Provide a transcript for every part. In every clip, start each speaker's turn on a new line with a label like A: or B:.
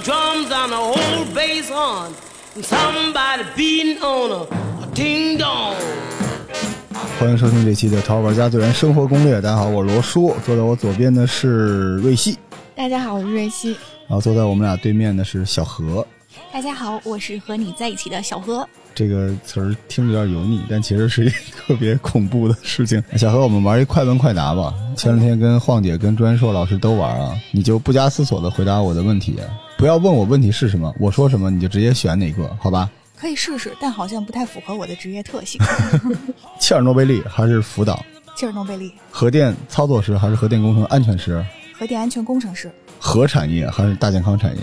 A: on a whole bass horn and somebody beating on a, a ting dong.
B: 欢迎收听这期的《淘宝家最燃生活攻略》。大家好，我是罗叔，坐在我左边的是瑞希，
C: 大家好，我是瑞希。
B: 然后坐在我们俩对面的是小何。
D: 大家好，我是和你在一起的小何。
B: 这个词儿听着有点油腻，但其实是一个特别恐怖的事情。小何，我们玩一快问快答吧。前两天跟晃姐、跟专硕老师都玩啊，你就不加思索的回答我的问题，不要问我问题是什么，我说什么你就直接选哪个，好吧？
C: 可以试试，但好像不太符合我的职业特性。
B: 切尔诺贝利还是福岛？
C: 切尔诺贝利，
B: 核电操作师还是核电工程安全师？
C: 核电安全工程师
B: 核产业还是大健康产业？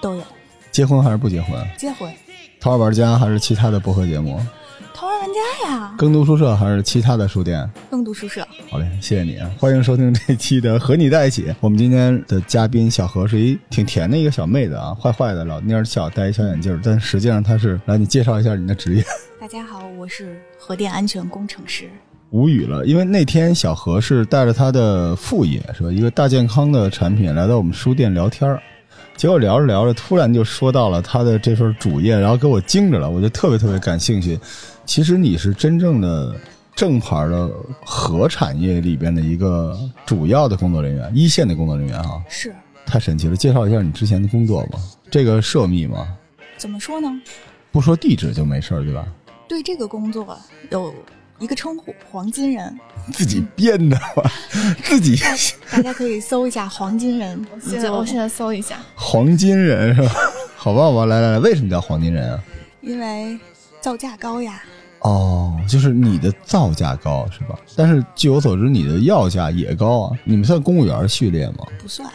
C: 都有。
B: 结婚还是不结婚？
C: 结婚，
B: 淘宝玩家还是其他的播客节目？
C: 桃花玩家呀，
B: 更读书社还是其他的书店？
C: 更读书社。
B: 好嘞，谢谢你啊！欢迎收听这期的《和你在一起》。我们今天的嘉宾小何是一挺甜的一个小妹子啊，坏坏的，老蔫儿笑，戴一小眼镜儿，但实际上她是来，你介绍一下你的职业。
C: 大家好，我是核电安全工程师。
B: 无语了，因为那天小何是带着他的副业是吧，一个大健康的产品来到我们书店聊天儿，结果聊着聊着，突然就说到了他的这份主业，然后给我惊着了，我就特别特别感兴趣。其实你是真正的正牌的核产业里边的一个主要的工作人员，啊一线的工作人员哈，
C: 是，
B: 太神奇了！介绍一下你之前的工作吧，这个涉密吗？
C: 怎么说呢？
B: 不说地址就没事儿，对吧？
C: 对这个工作有一个称呼“黄金 人
B: 自己编的吧， 自己”，
C: 大家可以搜一下“黄金人”，你
D: 现在
C: 就
D: 我现在搜一下，
B: 黄金人是吧？ 好吧，好吧，来来来，为什么叫黄金人啊？
C: 因为造价高呀。
B: 哦，就是你的造价高是吧？但是据我所知，你的药价也高啊。你们算公务员序列吗？
C: 不算，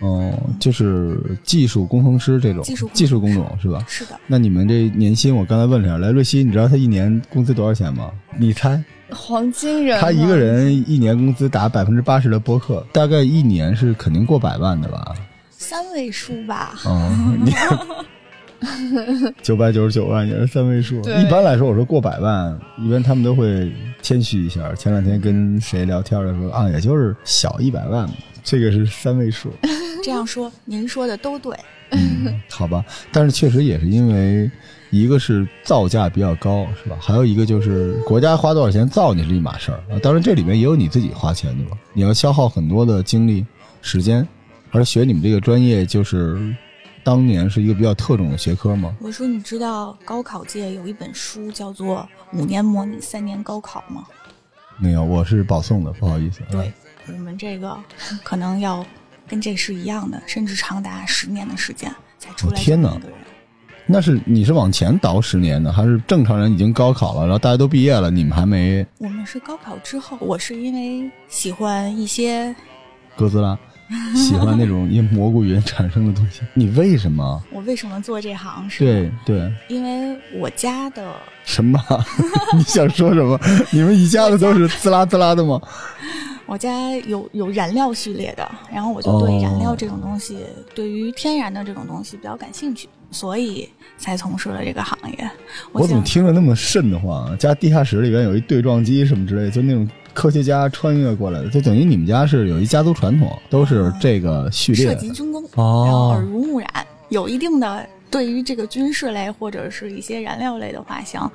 B: 哦，就是技术工程师这种
C: 技术工程师
B: 技术工种是吧？
C: 是的，
B: 那你们这年薪，我刚才问了一下，来瑞希，你知道他一年工资多少钱吗？你猜，
D: 黄金人。
B: 他一个， 人一年工资达百分之八十的播客，大概一年是肯定过百万的吧？
C: 三位数吧。
B: 嗯，你九百九十九万也是三位数。
D: 对
B: 一般来说，我说过百万，一般他们都会谦虚一下。前两天跟谁聊天的时候啊，也就是小一百万嘛，这个是三位数。
C: 这样说，您说的都对。
B: 嗯，好吧。但是确实也是因为，一个是造价比较高，是吧？还有一个就是国家花多少钱造你是一码事儿啊。当然这里面也有你自己花钱对吧？你要消耗很多的精力、时间，而学你们这个专业就是当年是一个比较特种的学科嘛。
C: 我说，你知道高考界有一本书叫做《五年模拟三年高考》吗？
B: 没有，我是保送的，不好意思。啊
C: 对，我们这个可能要跟这是一样的，甚至长达十年的时间才出
B: 我
C: 来这
B: 哦天哪
C: 么一个人。
B: 那是你是往前倒十年呢，还是正常人已经高考了，然后大家都毕业了，你们还没
C: 我们是高考之后，我是因为喜欢一些，
B: 哥斯拉？ 喜欢那种因蘑菇云产生的东西，你为什么？
C: 我为什么做这行是
B: 对对，
C: 因为我家的
B: 什么？ 你想说什么？你们一家子都是滋啦滋啦的吗？
C: 我家有有燃料序列的，然后我就对燃
B: 哦
C: 料这种东西，对于天然的这种东西比较感兴趣，所以才从事了这个行业。
B: 我怎么
C: 想
B: 听着那么瘆得慌啊？家地下室里边有一对撞机什么之类的，就那种科学家穿越过来的，就等于你们家是有一家族传统，都是这个序列
C: 涉
B: 的
C: 及军工，
B: 哦
C: 然后耳濡目染，有一定的对于这个军事类或者是一些燃料类的话，想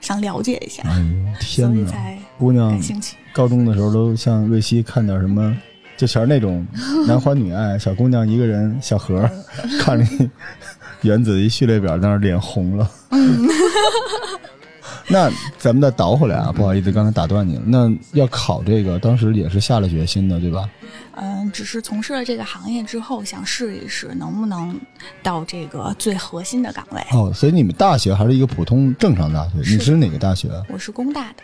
C: 想了解一下，
B: 哎呦
C: 所以
B: 天哪！嗯
C: 才
B: 姑娘
C: 感兴趣。
B: 高中的时候都像瑞希看点什么，就全是那种男欢女爱，小姑娘一个人，小何儿看着一原子一序列表，在那儿脸红了。那咱们再倒回来啊，不好意思，刚才打断你了。那要考这个，当时也是下了决心的，对吧？
C: 嗯，只是从事了这个行业之后，想试一试能不能到这个最核心的岗位。
B: 哦，所以你们大学还是一个普通正常大学？
C: 是
B: 你是哪个大学？
C: 我是工大的，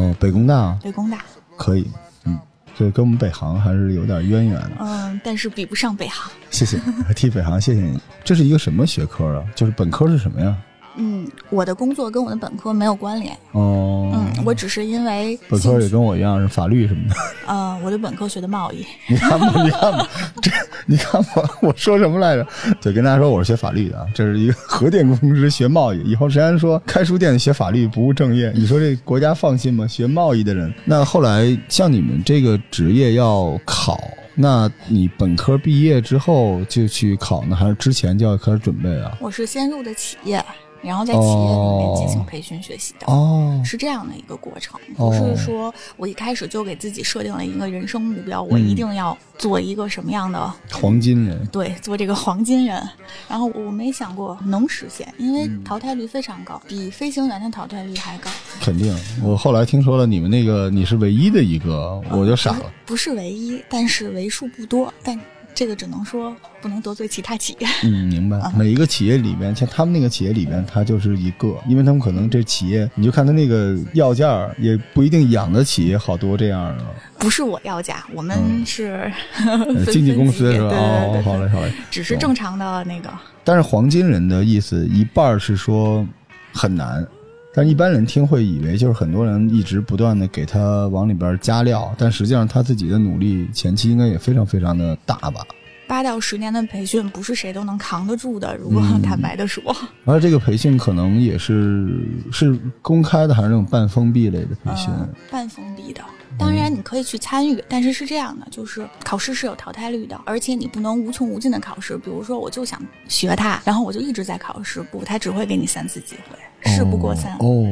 B: 哦，北工大
C: 对工大，
B: 可以，嗯，这跟我们北航还是有点渊源的。
C: 嗯，但是比不上北航。
B: 谢谢，替北航谢谢你。这是一个什么学科啊？就是本科是什么呀？
C: 嗯，我的工作跟我的本科没有关联。
B: 哦，
C: 嗯，我只是因为
B: 本科也跟我一样是法律什么的。
C: 呃，我的本科学的贸易，
B: 你看吧，你看吧，这你看吧，我说什么来着？就跟大家说我是学法律的，啊，这是一个核电工程师学贸易。以后谁还说开书店学法律不务正业？你说这国家放心吗？学贸易的人，那后来像你们这个职业要考。那你本科毕业之后就去考呢，还是之前就要开始准备啊？
C: 我是先入的企业，然后在企业里面进行培训学习的。
B: 哦，
C: 是这样的一个过程，
B: 哦
C: 不是说我一开始就给自己设定了一个人生目标，我
B: 嗯
C: 一定要做一个什么样的，
B: 黄金人，
C: 对，做这个黄金人。然后我没想过能实现，因为
B: 嗯
C: 淘汰率非常高，比飞行员的淘汰率还高，
B: 肯定。我后来听说了你们那个你是唯一的一个，我就傻了。
C: 不是唯一，但是为数不多。但这个只能说不能得罪其他企业。
B: 嗯，明
C: 啊
B: 白。每一个企业里边，像他们那个企业里边，它就是一个，因为他们可能这企业，你就看他那个要价儿也不一定养得起好多这样的、
C: 不是我要价，我
B: 嗯
C: 们是
B: 呃
C: 分
B: 经纪公司是吧？
C: 分级别对
B: 哦
C: 对，对
B: 好嘞，好嘞。
C: 只是正常的那个。
B: 但是黄金人的意思一半儿是说很难，但一般人听会以为就是很多人一直不断的给他往里边儿加料，但实际上他自己的努力前期应该也非常非常的大吧。
C: 八到十年的培训不是谁都能扛得住的，如果
B: 嗯
C: 坦白的说，
B: 而这个培训可能也是是公开的还是那种半封闭类的培训？
C: 呃半封闭的。
B: 嗯
C: 当然你可以去参与，但是是这样的，就是考试是有淘汰率的，而且你不能无穷无尽的考试。比如说，我就想学它，然后我就一直在考试，不，它只会给你三次机会，事不过三。
B: 哦。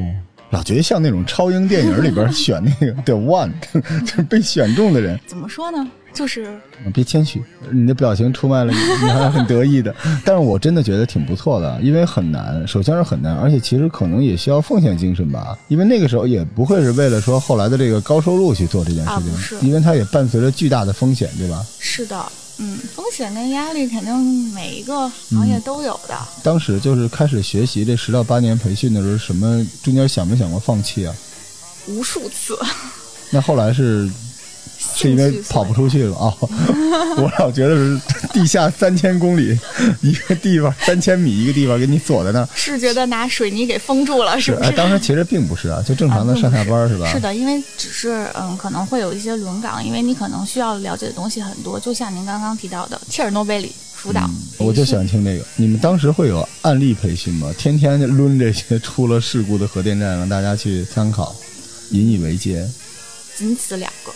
B: 老觉得像那种超英电影里边 选那个 The One，就是 被选中的人，
C: 怎么说呢？就是
B: 别谦虚，你的表情出卖了你，你还很得意的。但是我真的觉得挺不错的，因为很难，首先是很难，而且其实可能也需要奉献精神吧，因为那个时候也不会是为了说后来的这个高收入去做这件事
C: 啊
B: 情，
C: 不是
B: 因为它也伴随着巨大的风险，对吧？
C: 是的，嗯，风险跟压力肯定每一个行
B: 嗯
C: 业都有的。
B: 当时就是开始学习这十到八年培训的时候，什么中间想没想过放弃啊？
C: 无数次，
B: 那后来是是因为跑不出去了 啊！我老觉得是地下三千公里，一个地方三千米一个地方给你锁在那儿。
C: 是觉得拿水泥给封住了，是不
B: 哎，
C: 是？
B: 当时其实并不是啊，就正常的
C: 啊并
B: 上
C: 不
B: 下班儿是吧？
C: 是的，因为只是嗯，可能会有一些轮岗，因为你可能需要了解的东西很多，就像您刚刚提到的切尔诺贝里辅导，
B: 嗯我就想听这个。你们当时会有案例培训吗？天天就抡这些出了事故的核电站，让大家去参考，引以为戒。
C: 仅此两个。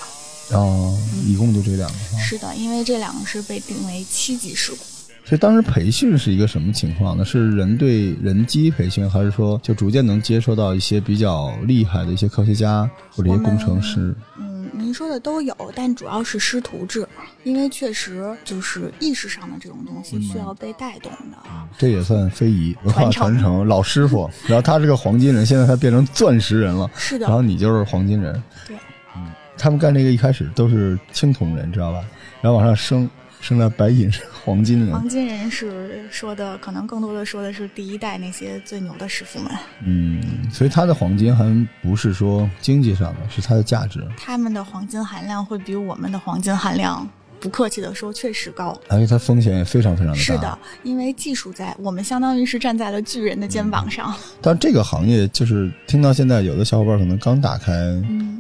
B: 哦，一共就这两个啊哈。
C: 是的，因为这两个是被定为七级事故。
B: 所以当时培训是一个什么情况呢？是人对人机培训，还是说就逐渐能接触到一些比较厉害的一些科学家或者一些工程师？
C: 嗯，您说的都有，但主要是师徒制，因为确实就是意识上的这种东
B: 嗯
C: 西需要被带动的。
B: 这也算非遗文化
C: 传承
B: 传承，老师傅。然后他是个黄金人，现在他变成钻石人了。
C: 是
B: 然后
C: 的，
B: 你就是黄金人。
C: 对
B: 嗯，他们干这个一开始都是青铜人，知道吧？然后往上升，升到白银是黄金人。
C: 黄金人是说的，可能更多的说的是第一代那些最牛的师傅们。
B: 嗯，所以他的黄金还不是说经济上的，是它的价值，
C: 他们的黄金含量会比我们的黄金含量，不客气的说，确实高。
B: 而且它风险也非常非常的大。
C: 是的，因为技术在，我们相当于是站在了巨人的肩膀 上。
B: 但这个行业就是听到现在，有的小伙伴可能刚打开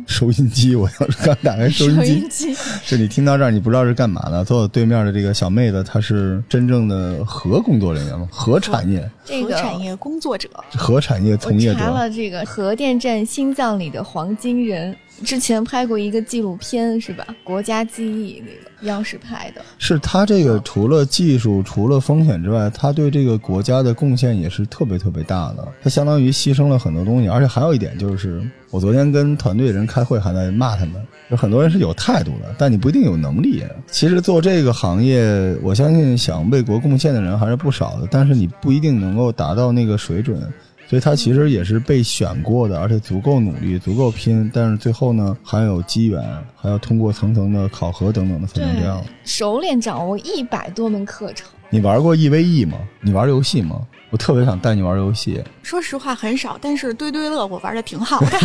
B: 收音机，我要是刚打开收音机，
C: 嗯机，
B: 是你听到这儿，你不知道是干嘛的。坐我对面的这个小妹子，她是真正的核工作人员吗？核产业，
D: 这
C: 核
D: 个
C: 产业工作者，
B: 核产业 从业
D: 我查
B: 者。
D: 了这个核电站心脏里的黄金人，之前拍过一个纪录片是吧？国家记忆那个央视拍的，
B: 是她这个除了技术、除了风险之外，她对这个国家的贡献也是特别特别大的。她相当于牺牲了很多东西，而且还有一点就是，我昨天跟团队人开会还在骂他们，有很多人是有态度的，但你不一定有能力。其实做这个行业，我相信想为国贡献的人还是不少的，但是你不一定能够达到那个水准。所以他其实也是被选过的，而且足够努力、足够拼，但是最后呢，还有机缘，还要通过层层的考核等等的才能这样。
D: 熟练掌握一百多门课程。
B: 你玩过 EVE 吗？你玩游戏吗？我特别想带你玩游戏。
C: 说实话很少，但是堆堆乐我玩的挺好的。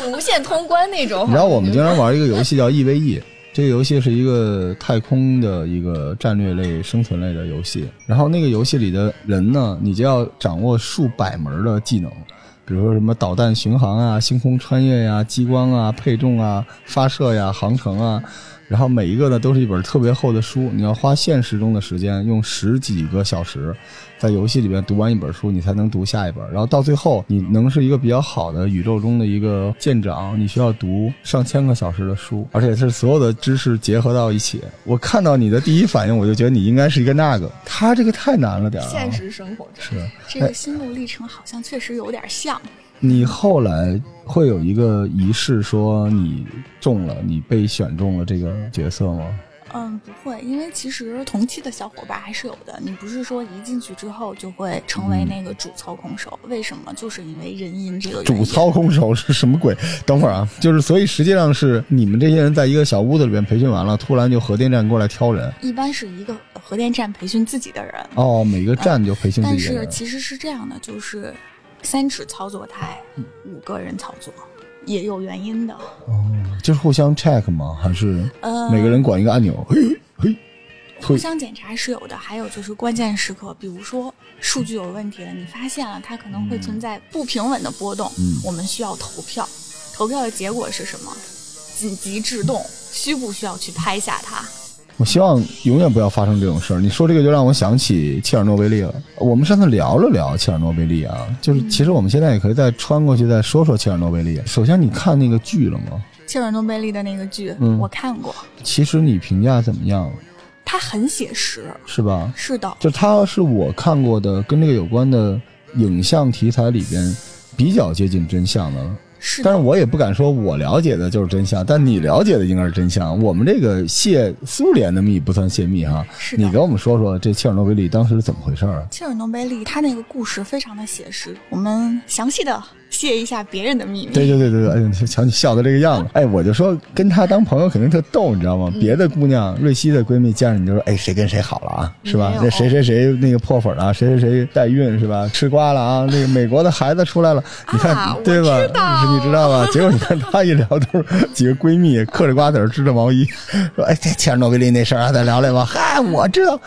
D: 就无限通关那种。
B: 你知道我们经常玩一个游戏叫 EVE，这个游戏是一个太空的一个战略类、生存类的游戏。然后那个游戏里的人呢，你就要掌握数百门的技能，比如说什么导弹巡航啊、星空穿越呀、激光啊、配重啊、发射呀、航程啊。然后每一个呢都是一本特别厚的书，你要花现实中的时间，用十几个小时，在游戏里边读完一本书，你才能读下一本。然后到最后，你能是一个比较好的宇宙中的一个舰长，你需要读上千个小时的书，而且是所有的知识结合到一起。我看到你的第一反应，我就觉得你应该是一个那个，他这个太难了点儿、啊。
D: 现实生活中，
B: 是
C: 这个心路历程好像确实有点像。
B: 你后来会有一个仪式，说你中了，你被选中了这个角色吗？
C: 嗯，不会，因为其实同期的小伙伴还是有的。你不是说一进去之后就会成为那个主操控手？为什么？就是因为人因这个原
B: 主
C: 因
B: 操控手是什么鬼？等会儿啊，就是所以实际上是你们这些人在一个小屋子里边培训完了，突然就核电站过来挑人。
C: 一般是一个核电站培训自己的人，
B: 哦，每个站就培训自
C: 但
B: 己的
C: 是
B: 人。
C: 其实是这样的，就是三指操作台，
B: 嗯
C: 五个人操作也有原因的。
B: 哦，就是互相 check 吗？还是
C: 呃，
B: 每个人管一个按钮？嘿，嘿，
C: 互
B: 推
C: 相检查是有的，还有就是关键时刻，比如说数据有问题了，你发现了它可能会存在不平稳的波动，
B: 嗯
C: 我们需要投票，投票的结果是什么？紧急制动，需不需要去拍下它？
B: 我希望永远不要发生这种事儿。你说这个就让我想起切尔诺贝利了。我们上次聊了聊切尔诺贝利啊，就是其实我们现在也可以再穿过去再说说切尔诺贝利。首先，你看那个剧了吗？
C: 切尔诺贝利的那个剧，
B: 嗯
C: 我看过，
B: 其实你评价怎么样？
C: 它很写实，
B: 是吧？
C: 是的，
B: 就它是我看过的跟这个有关的影像题材里边比较接近真相的了。
C: 是
B: 但
C: 的，
B: 是我也不敢说我了解的就是真相，但你了解的应该是真相。我们这个泄苏联的密不算泄密哈，
C: 是
B: 你
C: 的
B: 给。我们说说这切尔诺贝利当时是怎么回事儿啊？
C: 切尔诺贝利，它那个故事非常的写实，我们详细的泄一下别人的秘密。
B: 对对对对对，哎呦，你瞧你笑的这个样 子，哎，我就说跟她当朋友肯定特逗，你知道
C: 嗯
B: 吗？别的姑娘，瑞希的闺蜜见着你就说，哎，谁跟谁好了啊，
C: 嗯
B: 是吧
D: 没？有
B: 那谁谁谁那个破粉了啊，谁谁谁代孕是吧？吃瓜了啊，那个美国的孩子出来了，你看、
C: 啊
B: 对吧？
C: 我知道
B: 你知道 吧？结果你看她一聊都是几个闺蜜嗑着瓜子儿织着毛衣，说哎，这切尔诺贝利那事儿啊，再聊聊吧。嗨，我知道。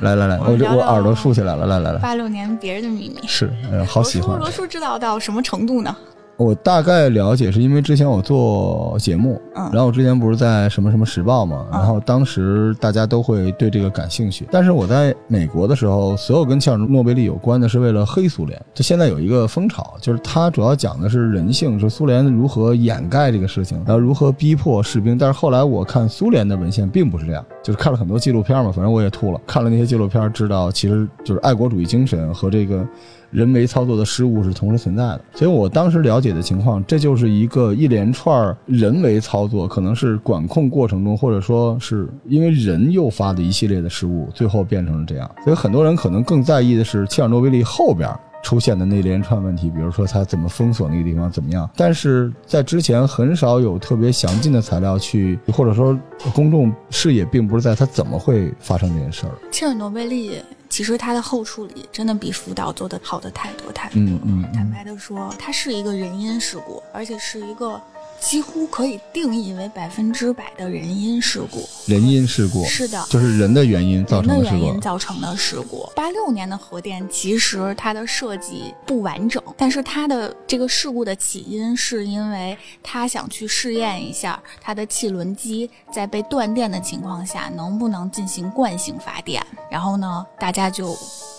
B: 来来来，我这
C: 聊聊
B: 我耳朵竖起来了，来来来，
C: 八六年别人的秘密，
B: 是，嗯，好喜欢。
C: 罗叔罗叔知道到什么程度呢？
B: 我大概了解是因为之前我做节目，
C: 嗯
B: 然后我之前不是在什么什么时报嘛，
C: 嗯
B: 然后当时大家都会对这个感兴趣。但是我在美国的时候，所有跟切尔诺贝利有关的是为了黑苏联。就现在有一个风潮，就是它主要讲的是人性，是苏联如何掩盖这个事情，然后如何逼迫士兵。但是后来我看苏联的文献并不是这样，就是看了很多纪录片嘛，反正我也吐了，看了那些纪录片，知道其实就是爱国主义精神和这个。人为操作的失误是同时存在的。所以我当时了解的情况，这就是一个一连串儿人为操作，可能是管控过程中，或者说是因为人诱发的一系列的失误，最后变成了这样。所以很多人可能更在意的是切尔诺贝利后边儿。出现的那连串问题，比如说他怎么封锁那个地方，怎么样？但是在之前很少有特别详尽的材料去，或者说公众视野并不是在他怎么会发生这件事儿。
C: 切尔诺贝利其实它的后处理真的比福岛做的好的太多太多了。
B: 嗯嗯
C: 坦白的说，它是一个人因事故，而且是一个几乎可以定义为百分之百的人因事故。
B: 人因事故
C: 是的。
B: 就是人的原因造
C: 人
B: 成
C: 的
B: 的事
C: 原
B: 故
C: 因。造成的事故。八六年的核电其实它的设计不完整，但是它的这个事故的起因是因为他想去试验一下它的汽轮机在被断电的情况下能不能进行惯性发电。然后呢，大家就。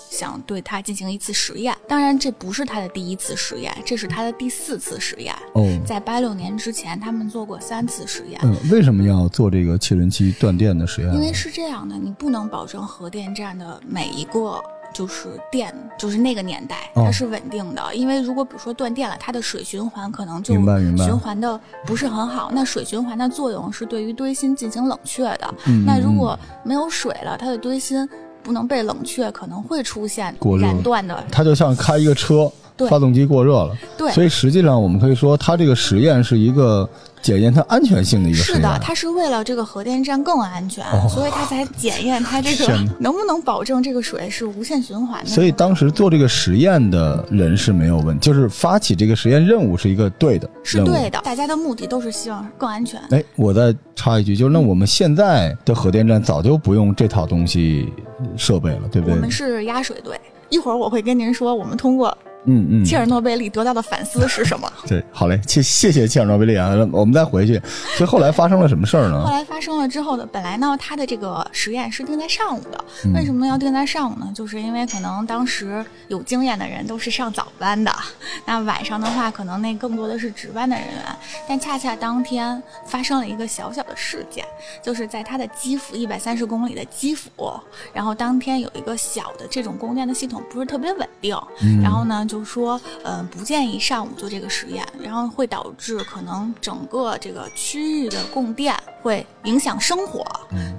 C: 想对它进行一次实验，当然这不是他的第一次实验，这是他的第四次实验。
B: 哦，
C: 在八六年之前，他们做过三次实验，
B: 嗯，为什么要做这个汽轮机断电的实验呢？
C: 因为是这样的，你不能保证核电站的每一个就是电，就是那个年代
B: 哦
C: 它是稳定的。因为如果比如说断电了，它的水循环可能就
B: 明白明白
C: 循环的不是很好。那水循环的作用是对于堆芯进行冷却的。
B: 嗯
C: 那如果没有水了，它的堆芯不能被冷却，可能会出现
B: 过热
C: 燃断的。
B: 它就像开一个车，
C: 对
B: 发动机过热了。
C: 对，
B: 所以实际上我们可以说，它这个实验是一个检验它安全性的一个实
C: 是
B: 验。啊
C: 的，它是为了这个核电站更安全，
B: 哦
C: 所以它才检验它这个
B: 天哪
C: 能不能保证这个水是无限循环的。
B: 所以当时做这个实验的人是没有问题，就是发起这个实验任务是一个对的
C: 是
B: 任务。
C: 对的，大家的目的都是希望更安全。
B: 哎，我再插一句，就是那我们现在的核电站早就不用这套东西设备了，对不
C: 我
B: 对？
C: 们是压水队，一会儿我会跟您说我们通过
B: 嗯嗯，
C: 切尔诺贝利得到的反思是什么？
B: 对， 好嘞，谢谢谢切尔诺贝利啊，我们再回去。所以后来发生了什么事儿
C: 后
B: 呢？
C: 来发生了之后的，本来呢，他的这个实验是定在上午的，
B: 嗯
C: 为什么要定在上午呢？就是因为可能当时有经验的人都是上早班的，那晚上的话，可能那更多的是值班的人员。但恰恰当天发生了一个小小的事件，就是在他的基辅一百三十公里的基辅，然后当天有一个小的这种供电的系统不是特别稳定，然后呢就说，嗯、不建议上午做这个实验，然后会导致可能整个这个区域的供电会影响生活。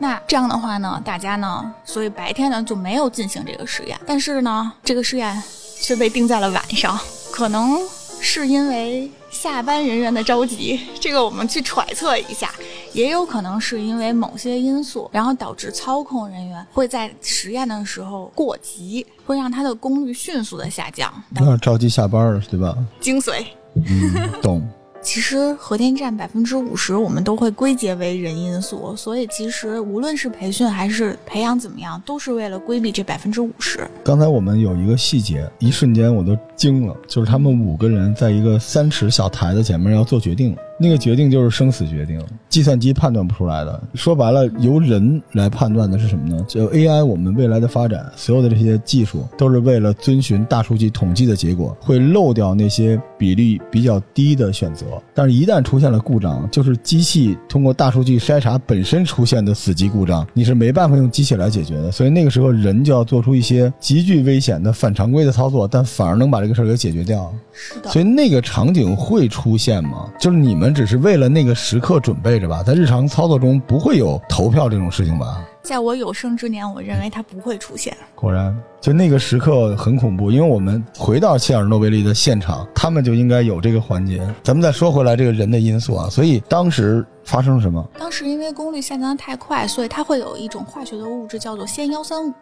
C: 那这样的话呢，大家呢，所以白天呢就没有进行这个实验，但是呢，这个实验却被定在了晚上，可能是因为下班人员的着急，这个我们去揣测一下，也有可能是因为某些因素，然后导致操控人员会在实验的时候过急，会让他的功率迅速的下降。
B: 有点着急下班了，对吧？
C: 精髓。
B: 嗯，懂。
C: 其实核电站百分之五十我们都会归结为人因素，所以其实无论是培训还是培养怎么样，都是为了规避这百分之五十。
B: 刚才我们有一个细节，一瞬间我都惊了，就是他们五个人在一个三尺小台子前面要做决定，那个决定就是生死决定，计算机判断不出来的。说白了，由人来判断的是什么呢？就 AI，我们未来的发展，所有的这些技术都是为了遵循大数据统计的结果，会漏掉那些比例比较低的选择。但是，一旦出现了故障，就是机器通过大数据筛查本身出现的死机故障，你是没办法用机器来解决的。所以那个时候，人就要做出一些极具危险的反常规的操作，但反而能把这个事儿给解决掉。
C: 是的
B: 所以那个场景会出现吗？就是你们只是为了那个时刻准备着吧，在日常操作中不会有投票这种事情吧？
C: 在我有生之年，我认为它不会出现。
B: 果然，就那个时刻很恐怖，因为我们回到切尔诺贝利的现场，他们就应该有这个环节。咱们再说回来，这个人的因素啊，所以当时发生了什么？
C: 当时因为功率下降得太快，所以它会有一种化学的物质叫做氙幺三五。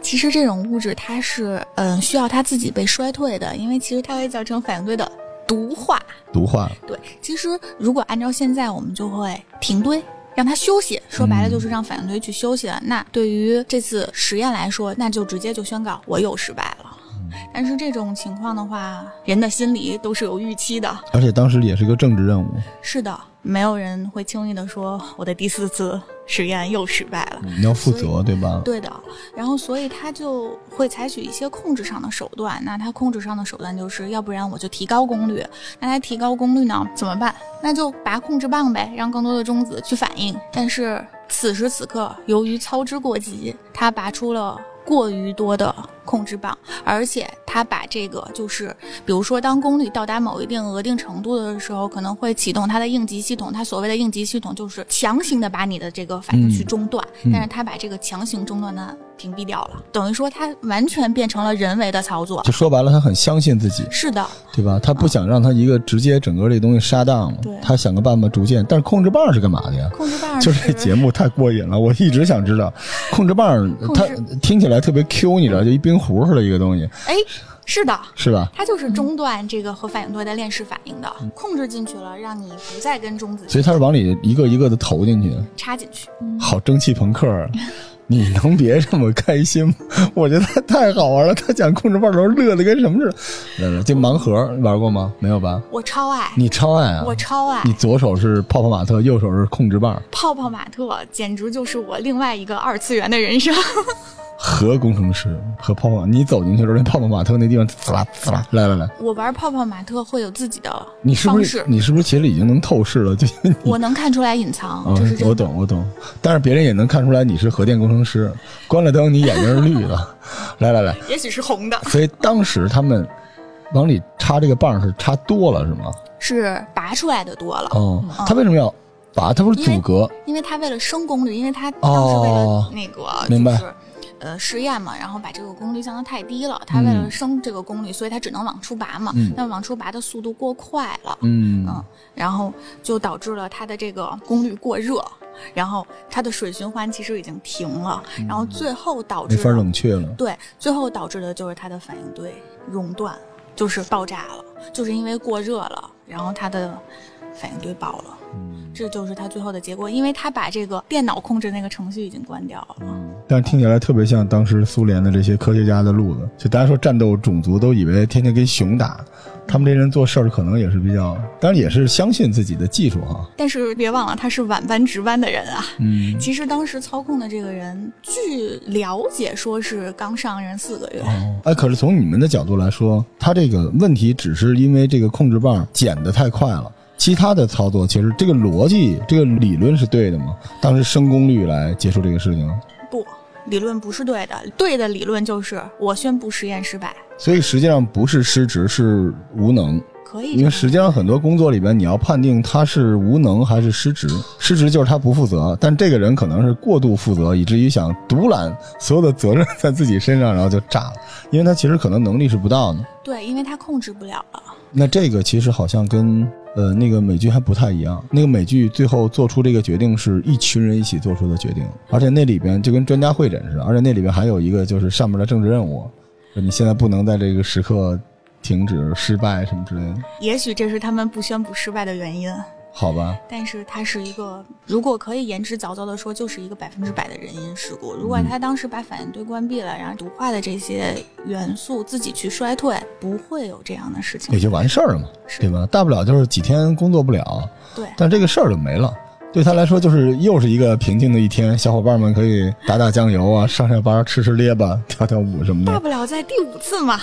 C: 其实这种物质它是嗯需要它自己被衰退的，因为其实它会造成反对的毒化。
B: 毒化，
C: 对，其实如果按照现在，我们就会停堆。让它休息，说白了就是让反应堆去休息了。那对于这次实验来说，那就直接就宣告我又失败了。但是这种情况的话，人的心理都是有预期的。
B: 而且当时也是个政治任务。
C: 是的，没有人会轻易的说我的第四次实验又失败了。
B: 你要负责，对吧？
C: 对的，然后所以他就会采取一些控制上的手段。那他控制上的手段就是，要不然我就提高功率。那他提高功率呢，怎么办？那就拔控制棒呗，让更多的中子去反应。但是此时此刻，由于操之过急，他拔出了。过于多的控制棒，而且他把这个就是，比如说，当功率到达某一定额定程度的时候，可能会启动它的应急系统。它所谓的应急系统就是强行的把你的这个反应去
B: 嗯
C: 中断，但是他把这个强行中断呢屏蔽掉了，等于说他完全变成了人为的操作
B: 就。说白了，他很相信自己，
C: 是的，
B: 对吧？他不想让他一个直接整个这东西杀当了
C: 对，
B: 他想个办法逐渐。但是控制棒是干嘛的呀？
C: 控制棒
B: 就是这节目太过瘾了，我一直想知道，控制棒
C: 控
B: 它
C: 制
B: 听起来特别 Q，你知道，就一冰壶似的一个东西，
C: 哎，是的。
B: 是吧？
C: 它就是中断这个核反应堆的链式反应的，控制进去了，让你不再跟中子
B: 嗯所以它是往里一个一个的投进去的，
C: 插进去。
B: 好蒸汽朋克啊！你能别这么开心吗？我觉得太好玩了。他讲控制棒的时候乐的跟什么似的。来来，这盲盒玩过吗？没有吧？
C: 我超爱，
B: 你超爱啊！
C: 我超爱
B: 你左手是泡泡玛特，右手是控制棒。
C: 泡泡玛特，简直就是我另外一个二次元的人生。
B: 核工程师和泡泡，你走进去的时候，那泡泡玛特那地方滋啦滋啦，来来来，
C: 我玩泡泡玛特会有自己的
B: 你是不
C: 方
B: 是
C: 式，
B: 你是不是其实已经能透视 了？就因为你
C: 我能看出来隐藏，
B: 啊
C: 这是真的。
B: 我懂我懂，但是别人也能看出来你是核电工程师，关了灯你眼睛是绿的。来来来，
C: 也许是红的，
B: 所以当时他们往里插这个棒是插多了是吗？
C: 是拔出来的多了。
B: 哦，他为什么要拔？他不是阻隔？
C: 因为它为了升功率，因为它当时为了那个、
B: 哦明白
C: 就是呃试验嘛，然后把这个功率降得太低了，它为了升这个功率，所以它只能往出拔嘛。
B: 嗯
C: 但往出拔的速度过快了，
B: 嗯，
C: 嗯然后就导致了它的这个功率过热，然后它的水循环其实已经停了，然后最后导
B: 嗯没
C: 致
B: 法
C: 了
B: 冷却了。
C: 对，最后导致的就是它的反应堆熔断，就是爆炸了，就是因为过热了，然后它的反应堆爆了。这这就是他最后的结果，因为他把这个电脑控制那个程序已经关掉了。
B: 但是听起来特别像当时苏联的这些科学家的路子。就大家说战斗种族都以为天天跟熊打，他们这人做事儿可能也是比较，当然也是相信自己的技术哈。
C: 但是别忘了，他是晚班值班的人啊。
B: 嗯，
C: 其实当时操控的这个人，据了解说是刚上任四个月，
B: 哎，可是从你们的角度来说，他这个问题只是因为这个控制棒剪得太快了。其他的操作其实这个逻辑、这个理论是对的吗？当时升功率来结束这个事情，
C: 不，理论不是对的，对的理论就是我宣布实验失败，
B: 所以实际上不是失职，是无能。
C: 可以这
B: 因为
C: 么
B: 实际上很多工作里边，你要判定他是无能还是失职，失职就是他不负责，但这个人可能是过度负责，以至于想独揽所有的责任在自己身上，然后就炸了，因为他其实可能能力是不到的。
C: 对，因为他控制不了了。
B: 那这个其实好像跟呃那个美剧还不太一样，那个美剧最后做出这个决定是一群人一起做出的决定，而且那里边就跟专家会诊似的，而且那里边还有一个就是上面的政治任务，你现在不能在这个时刻停止失败什么之类的，
C: 也许这是他们不宣布失败的原因，
B: 好吧？
C: 但是它是一个，如果可以言之凿凿的说，就是一个百分之百的人因事故。如果他当时把反应堆关闭了，然后毒化的这些元素自己去衰退，不会有这样的事情。
B: 也就完事儿了嘛，
C: 是
B: 对吧？大不了就是几天工作不了，
C: 对，
B: 但这个事儿就没了。对他来说，就是又是一个平静的一天，小伙伴们可以打打酱油啊，上下班吃吃列巴，跳跳舞什么
C: 大
B: 的。
C: 不了在第五次嘛。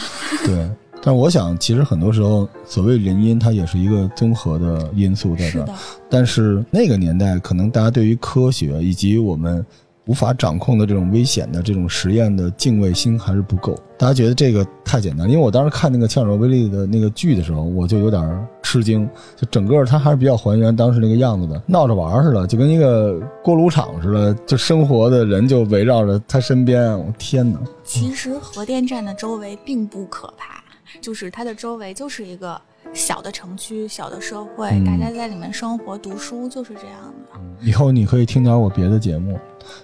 B: 对，但我想，其实很多时候，所谓原因，它也是一个综合的因素在
C: 是
B: 这儿。
C: 的，
B: 但是那个年代，可能大家对于科学以及我们无法掌控的这种危险的这种实验的敬畏心还是不够。大家觉得这个太简单，因为我当时看那个《切尔诺贝利》的那个剧的时候，我就有点吃惊，就整个它还是比较还原当时那个样子的，闹着玩儿似的，就跟一个锅炉厂似的，就生活的人就围绕着他身边。我天哪！
C: 其实核电站的周围并不可怕，就是它的周围就是一个小的城区、小的社会，
B: 嗯
C: 大家在里面生活、读书，就是这样的。
B: 以后你可以听点我别的节目，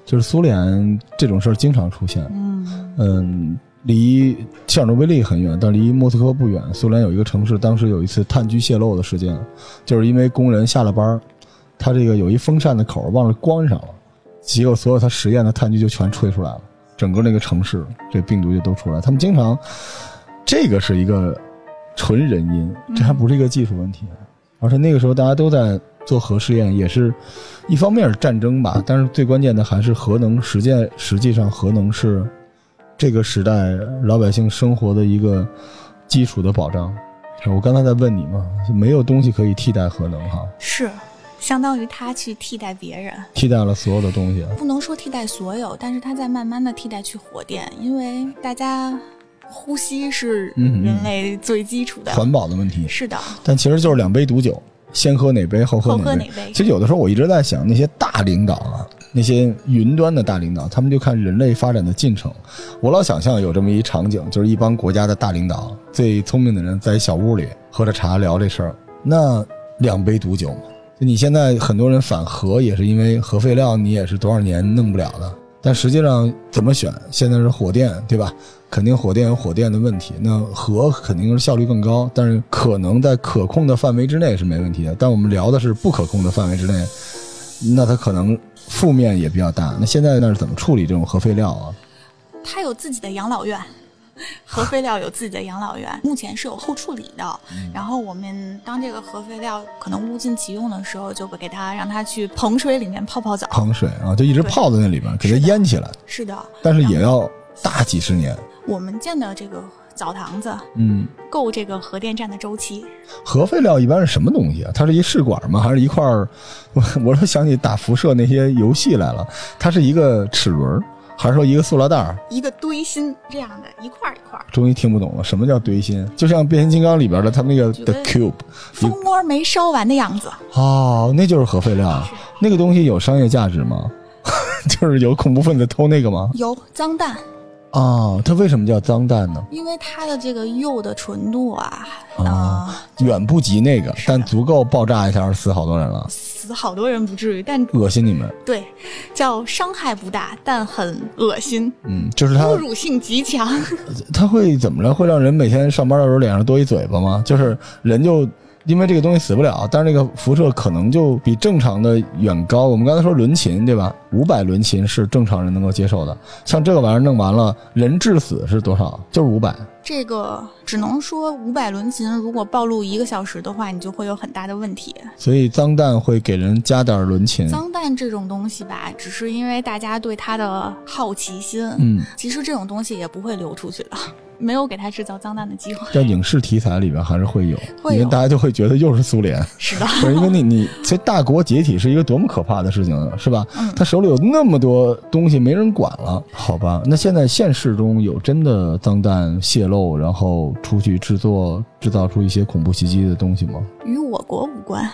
B: 就是苏联这种事儿经常出现。
C: 嗯，
B: 嗯，离切尔诺贝利很远，但离莫斯科不远。苏联有一个城市，当时有一次炭疽泄漏的事件，就是因为工人下了班儿，他这个有一风扇的口儿忘了关上了，结果所有他实验的炭疽就全吹出来了，整个那个城市这病毒就都出来。他们经常，这个是一个纯人因，这还不是一个技术问题，啊而且那个时候大家都在。做核试验也是，一方面是战争吧，但是最关键的还是核能实践。实际上，核能是这个时代老百姓生活的一个基础的保障。我刚才在问你嘛，没有东西可以替代核能哈，
C: 是，相当于他去替代别人。
B: 替代了所有的东西。
C: 不能说替代所有，但是它在慢慢的替代去火电，因为大家呼吸是
B: 嗯嗯
C: 人类最基础的。
B: 环保的问题，
C: 是的，
B: 但其实就是两杯毒酒，先喝哪杯后喝
C: 后
B: 哪
C: 喝
B: 杯。
C: 哪杯
B: 其？实有的时候我一直在想，那些大领导啊，那些云端的大领导，他们就看人类发展的进程。我老想象有这么一场景，就是一帮国家的大领导，最聪明的人在一小屋里喝着茶聊这事儿，那两杯毒酒嘛。就你现在很多人反核也是因为核废料，你也是多少年弄不了的。但实际上怎么选，现在是火电，对吧？肯定火电有火电的问题，那核肯定是效率更高，但是可能在可控的范围之内是没问题的。但我们聊的是不可控的范围之内，那它可能负面也比较大。那现在那是怎么处理这种核废料啊？
C: 它有自己的养老院， 核废料有自己的养老院，目前是有后处理的。
B: 嗯
C: 然后我们当这个核废料可能物尽其用的时候，就给它让它去彭水里面泡泡澡。
B: 糖水啊，就一直
C: 对
B: 泡在那里边，给它
C: 是的
B: 淹起来，
C: 是的，
B: 但是也要大几十年。
C: 我们建的这个澡堂子
B: 嗯，
C: 够这个核电站的周期。
B: 核废料一般是什么东西啊？它是一试管吗？还是一块儿？我我都想起打辐射那些游戏来了。它是一个齿轮儿，还是说一个塑料袋儿？
C: 一个堆心这样的，一块儿一块儿，
B: 终于听不懂了，什么叫堆心？就像变形金刚里边的他们那个
C: 举
B: The
C: 个
B: Cube，
C: 蜂窝没烧完的样子。
B: 哦，那就是核废料。那个东西有商业价值吗？ 就是有恐怖分子偷那个吗？
C: 有脏蛋，
B: 啊、它为什么叫脏蛋呢？
C: 因为它的这个釉的纯度啊，
B: 啊
C: 啊、
B: 远不及那个，
C: 是的
B: 但足够爆炸一下死好多人了。
C: 死好多人不至于，但
B: 恶心你们，
C: 对，叫伤害不大，但很恶心，
B: 嗯，就是它
C: 侮辱性极强。
B: 它会怎么着？会让人每天上班的时候脸上多一嘴巴吗？就是人就因为这个东西死不了，但是这个辐射可能就比正常的远高。我们刚才说伦琴对吧？五百伦琴是正常人能够接受的，像这个玩意儿弄完了，人致死是多少？就是五百。
C: 这个只能说五百伦琴，如果暴露一个小时的话，你就会有很大的问题。
B: 所以脏蛋会给人加点儿伦琴。
C: 脏蛋这种东西吧，只是因为大家对它的好奇心，
B: 嗯，
C: 其实这种东西也不会流出去的，没有给它制造脏蛋的机会。
B: 在影视题材里边还是会有，
C: 会
B: 因
C: 有
B: 为大家就会觉得又是苏联，
C: 是的，
B: 不是因为你你这大国解体是一个多么可怕的事情，啊是吧？
C: 嗯
B: 他手里有那么多东西没人管了，好吧？那现在现实中有真的脏弹泄露，然后出去制作制造出一些恐怖袭击的东西吗？
C: 与我国无关。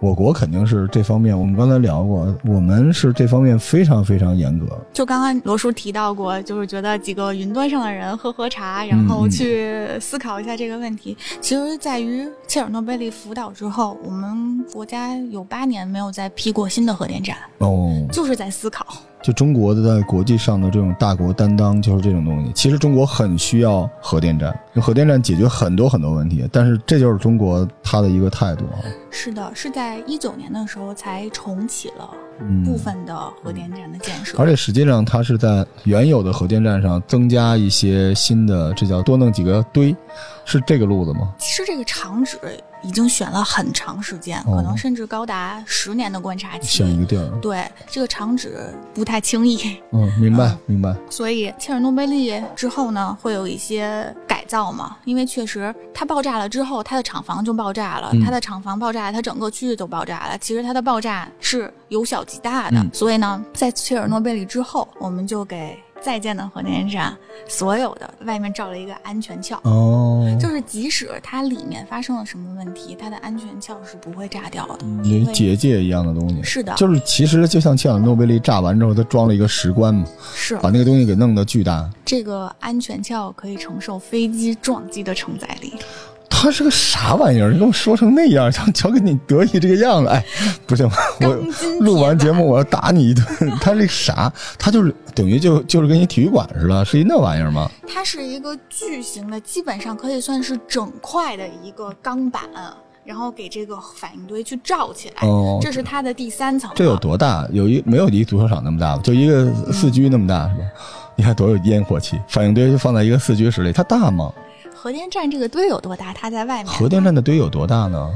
B: 我国肯定是这方面，我们刚才聊过，我们是这方面非常非常严格。
C: 就刚刚罗叔提到过，就是觉得几个云端上的人喝喝茶，然后去思考一下这个问题。其实，在于切尔诺贝利福岛之后，我们国家有八年没有再批过新的核电站，
B: 哦，
C: 就是在思考。
B: 就中国的在国际上的这种大国担当，就是这种东西。其实中国很需要核电站，因为核电站解决很多很多问题，但是这就是中国它的一个态度啊。
C: 是的，是在一九年的时候才重启了
B: 嗯，
C: 部分的核电站的建设。
B: 而且实际上，它是在原有的核电站上增加一些新的，这叫多弄几个堆，是这个路子吗？
C: 其实这个厂址已经选了很长时间，
B: 哦
C: 可能甚至高达十年的观察期。
B: 选一个地儿，
C: 对这个厂址不太轻易，
B: 嗯，明白明白，
C: 所以切尔诺贝利之后呢，会有一些改造嘛，因为确实它爆炸了之后，它的厂房就爆炸了，
B: 嗯
C: 它的厂房爆炸，它整个区域都爆炸了。其实它的爆炸是由小及大的，
B: 嗯
C: 所以呢，在切尔诺贝利之后，我们就给在建的核电站所有的外面罩了一个安全壳。
B: 哦，
C: 就是即使它里面发生了什么问题，它的安全壳是不会炸掉的，
B: 有
C: 因
B: 一
C: 为
B: 结界一样的东西。
C: 是的，
B: 就是其实就像切尔诺贝利炸完之后，它装了一个石棺嘛，
C: 是
B: 把那个东西给弄得巨大。
C: 这个安全壳可以承受飞机撞击的承载力。
B: 他是个啥玩意儿？你给我说成那样，瞧瞧给你得意这个样子，哎，不行，我
C: 钢筋铁
B: 录完
C: 板
B: 节目我要打你一顿。 他这个啥？他就是等于就就是跟一体育馆似的，是一那玩意儿吗？
C: 它是一个巨型的，基本上可以算是整块的一个钢板，然后给这个反应堆去罩起来。
B: 哦
C: 这是它的第三层。
B: 这有？多大？有一没有一足球场那么大吧？就一个四居那么大是吧？你看多有烟火气，反应堆就放在一个四居室里，它大吗？
C: 核电站这个堆有多大？它在外面。
B: 核电站的堆有多大呢？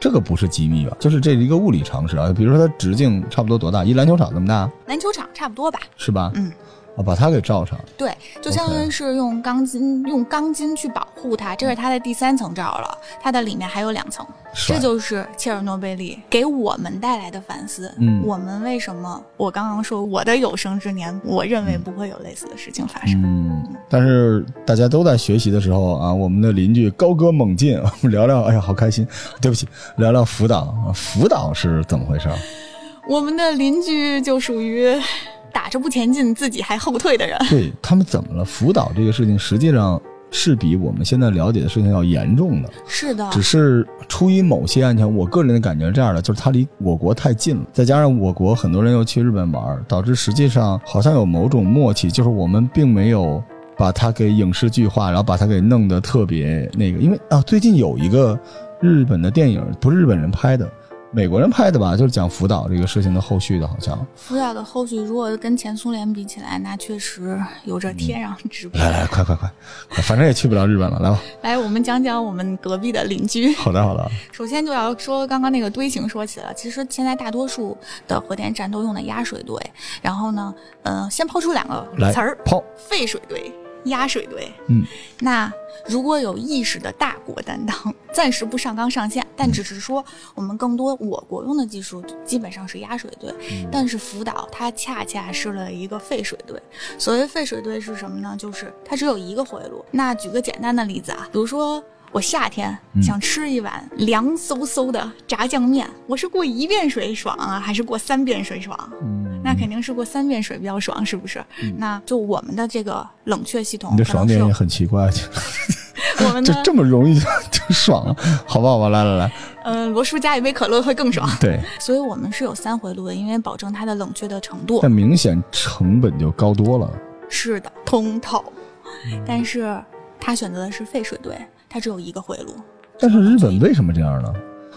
B: 这个不是机密吧？就是这是一个物理常识啊。比如说它直径差不多多大？一篮球场那么大
C: 篮球场差不多吧？
B: 是吧？
C: 嗯，
B: 啊，把它给罩上。
C: 对，就相当于
B: OK
C: 是用钢筋用钢筋去保护它，这是它的第三层罩了，它的里面还有两层。
B: 帅
C: 这就是切尔诺贝利给我们带来的反思。
B: 嗯
C: 我们为什么？我刚刚说我的有生之年，我认为不会有类似的事情发生。
B: 嗯，但是大家都在学习的时候啊，我们的邻居高歌猛进，我们聊聊，哎呀，好开心。对不起，聊聊福岛，啊福岛是怎么回事儿？
C: 我们的邻居就属于 打着不前进，自己还后退的人。
B: 对他们怎么了？福岛这个事情实际上是比我们现在了解的事情要严重的，
C: 是的
B: 只是出于某些安全，我个人的感觉是这样的，就是它离我国太近了，再加上我国很多人又去日本玩儿，导致实际上好像有某种默契，就是我们并没有。把它给影视剧化，然后把它给弄得特别那个，因为啊，最近有一个日本的电影，不是日本人拍的，美国人拍的吧，就是讲福岛这个事情的后续的，好像。
C: 福岛的后续如果跟前苏联比起来，那确实有着天壤之别。
B: 来来，快快快，反正也去不了日本了，来吧。
C: 来，我们讲讲我们隔壁的邻居。
B: 好的好的，
C: 首先就要说刚刚那个堆型说起了，其实现在大多数的核电站都用的压水堆。然后呢，呃，先抛出两个
B: 来
C: 词儿：哦
B: 抛，
C: 废水堆、压水堆。
B: 嗯，
C: 那如果有意识的大国担当， 暂时不上纲上线，但
B: 嗯
C: 只是说我们更多我国用的技术基本上是压水队，
B: 嗯
C: 但是福岛它恰恰是了一个废水队。所谓废水队是什么呢？就是它只有一个回路。那举个简单的例子啊，比如说。我夏天
B: 嗯
C: 想吃一碗凉飕飕的炸酱面，我是过一遍水爽啊，还是过三遍水爽？
B: 嗯，
C: 那肯定是过三遍水比较爽，是不是？那就我们的这个冷却系统，
B: 你的
C: 可
B: 爽
C: 能是
B: 点也很奇怪，就
C: 我们
B: 就
C: 的
B: 这么容易就 就爽了，好吧好吧，来来来，
C: 嗯，罗叔加一杯可乐会更爽。
B: 对，
C: 所以我们是有三回路的，因为保证它的冷却的程度
B: 但明显成本就高多了。
C: 是的
B: 嗯
C: 通透。但是他选择的是废水队，它只有一个回路，
B: 但是日本为什么这样呢？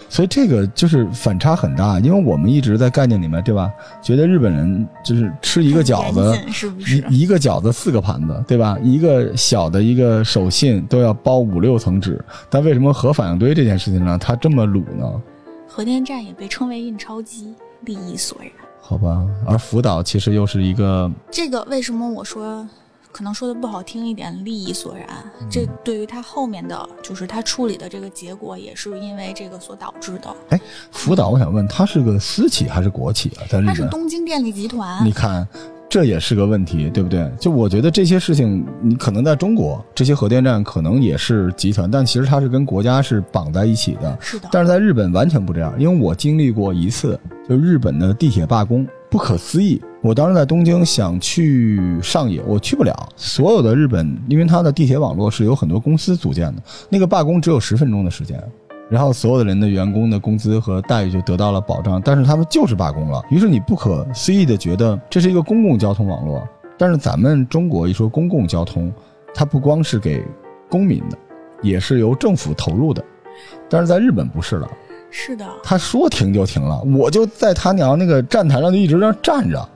B: 所以这个就是反差很大，因为我们一直在概念里面，对吧？觉得日本人就是吃一个饺子，
C: 很严谨是不是？
B: 一一个饺子四个盘子，对吧？一个小的一个手信都要包五六层纸，但为什么核反应堆这件事情上它这么鲁呢？
C: 核电站也被称为印钞机，利益所然。
B: 好吧，而福岛其实又是一个
C: 这个为什么我说可能说的不好听一点，利益所然？啊
B: 嗯
C: 这对于他后面的就是他处理的这个结果，也是因为这个所导致的。
B: 福岛，我想问，它是个私企还是国企啊？在日
C: 它是
B: 本，
C: 东京电力集团
B: 你，看。这也是个问题，对不对？就我觉得这些事情，你可能在中国，这些核电站可能也是集团，但其实它是跟国家是绑在一起的。
C: 是的，
B: 但是在日本完全不这样，因为我经历过一次，就日本的地铁罢工，不可思议。我当时在东京想去上野，我去不了。所有的日本，因为它的地铁网络是由很多公司组建的，那个罢工只有十分钟的时间。然后所有的人的员工的工资和待遇就得到了保障，但是他们就是罢工了。于是你不可思议的觉得这是一个公共交通网络，但是咱们中国一说公共交通，它不光是给公民的，也是由政府投入的。但是在日本不是了，
C: 是的，
B: 他说停就停了，我就在他娘那个站台上就一直在那站着，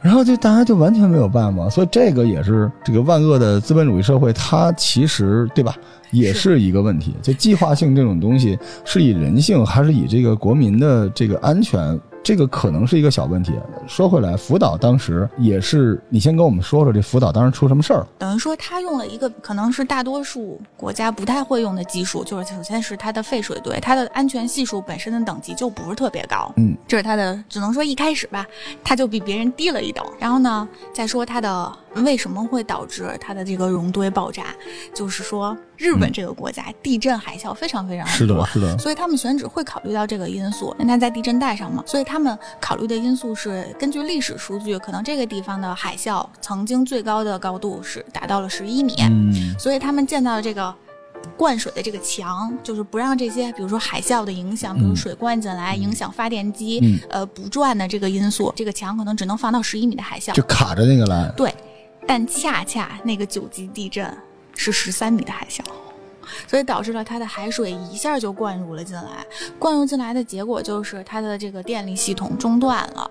B: 然后就大家就完全没有办法，所以这个也是这个万恶的资本主义社会，它其实对吧，也是一个问题。就计划性这种东西，是以人性还是以这个国民的这个安全？这个可能是一个小问题。说回来，福岛当时也是，你先跟我们说说这福岛当时出什么事儿了？
C: 等于说他用了一个可能是大多数国家不太会用的技术，就是首先是它的废水堆，它的安全系数本身的等级就不是特别高，
B: 嗯，
C: 这是它的，只能说一开始吧，它就比别人低了一等。然后呢，再说它的为什么会导致它的这个熔堆爆炸，就是说日本这个国家、地震海啸非常非常多，
B: 嗯是的，
C: 所以他们选址会考虑到这个因素，因为它在地震带上嘛，所以他们考虑的因素是根据历史数据，可能这个地方的海啸曾经最高的高度是达到了十一米，
B: 嗯，
C: 所以他们建到了这个。灌水的这个墙，就是不让这些，比如说海啸的影响，比如
B: 嗯
C: 水灌进来、影响发电机，
B: 嗯
C: 呃，不转的这个因素，这个墙可能只能防到十一米的海啸
B: 就。卡着那个来，
C: 对，但恰恰那个九级地震是十三米的海啸，所以导致了它的海水一下就灌入了进来。灌入进来的结果就是它的这个电力系统中断了。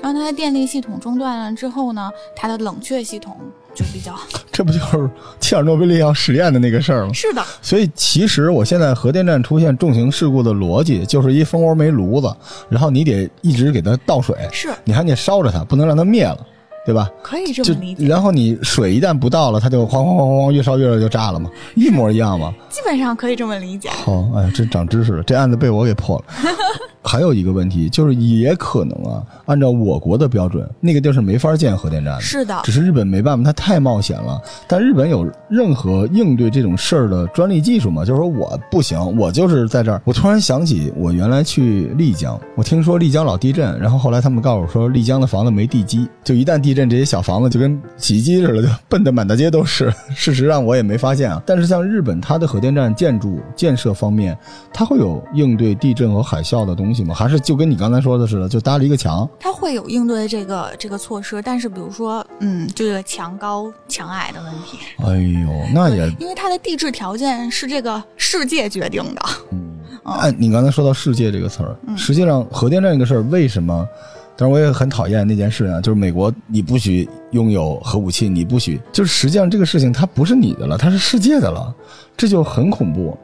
C: 然后它的电力系统中断了之后呢，它的冷却系统就比较
B: 这不就是切尔诺贝利要实验的那个事儿吗？
C: 是的，
B: 所以，其实我现在核电站出现重型事故的逻辑，就是一蜂窝煤炉子，然后你得一直给它倒水，
C: 是
B: 你还得烧着它，不能让它灭了，对吧？
C: 可以这
B: 就
C: 么理解，
B: 然后你水一旦不到了，它就哐哐哐哐越烧越热就炸了嘛，一模一样嘛。
C: 基本上可以这么理解。
B: 好、哎呀，真长知识了，这案子被我给破了。 还有一个问题就是，也可能啊，按照我国的标准，那个地儿是没法建核电站的。
C: 是的，
B: 只是日本没办法，它太冒险了。但日本有任何应对这种事儿的专利技术吗？就是说我不行，我就是在这儿。我突然想起，我原来去丽江，我听说丽江老地震，然后后来他们告诉我说，丽江的房子没地基，就一旦地震，这些小房子就跟洗衣机似的，就蹦得满大街都是。事实上我也没发现啊。但是像日本，它的核电站建筑建设方面，它会有应对地震和海啸的东西吗？还是就跟你刚才说的似的，就搭了一个墙？
C: 它会有应对这个这个措施，但是比如说，嗯，这个墙高墙矮的问题，
B: 哎呦，那也
C: 因为它的地质条件是这个世界决定的。
B: 哎，你刚才说到“世界”这个词儿，实际上核电站这个事儿为什么？但是我也很讨厌那件事啊，就是美国你不许拥有核武器，你不许，就是实际上这个事情它不是你的了，它是世界的了，这就很恐怖。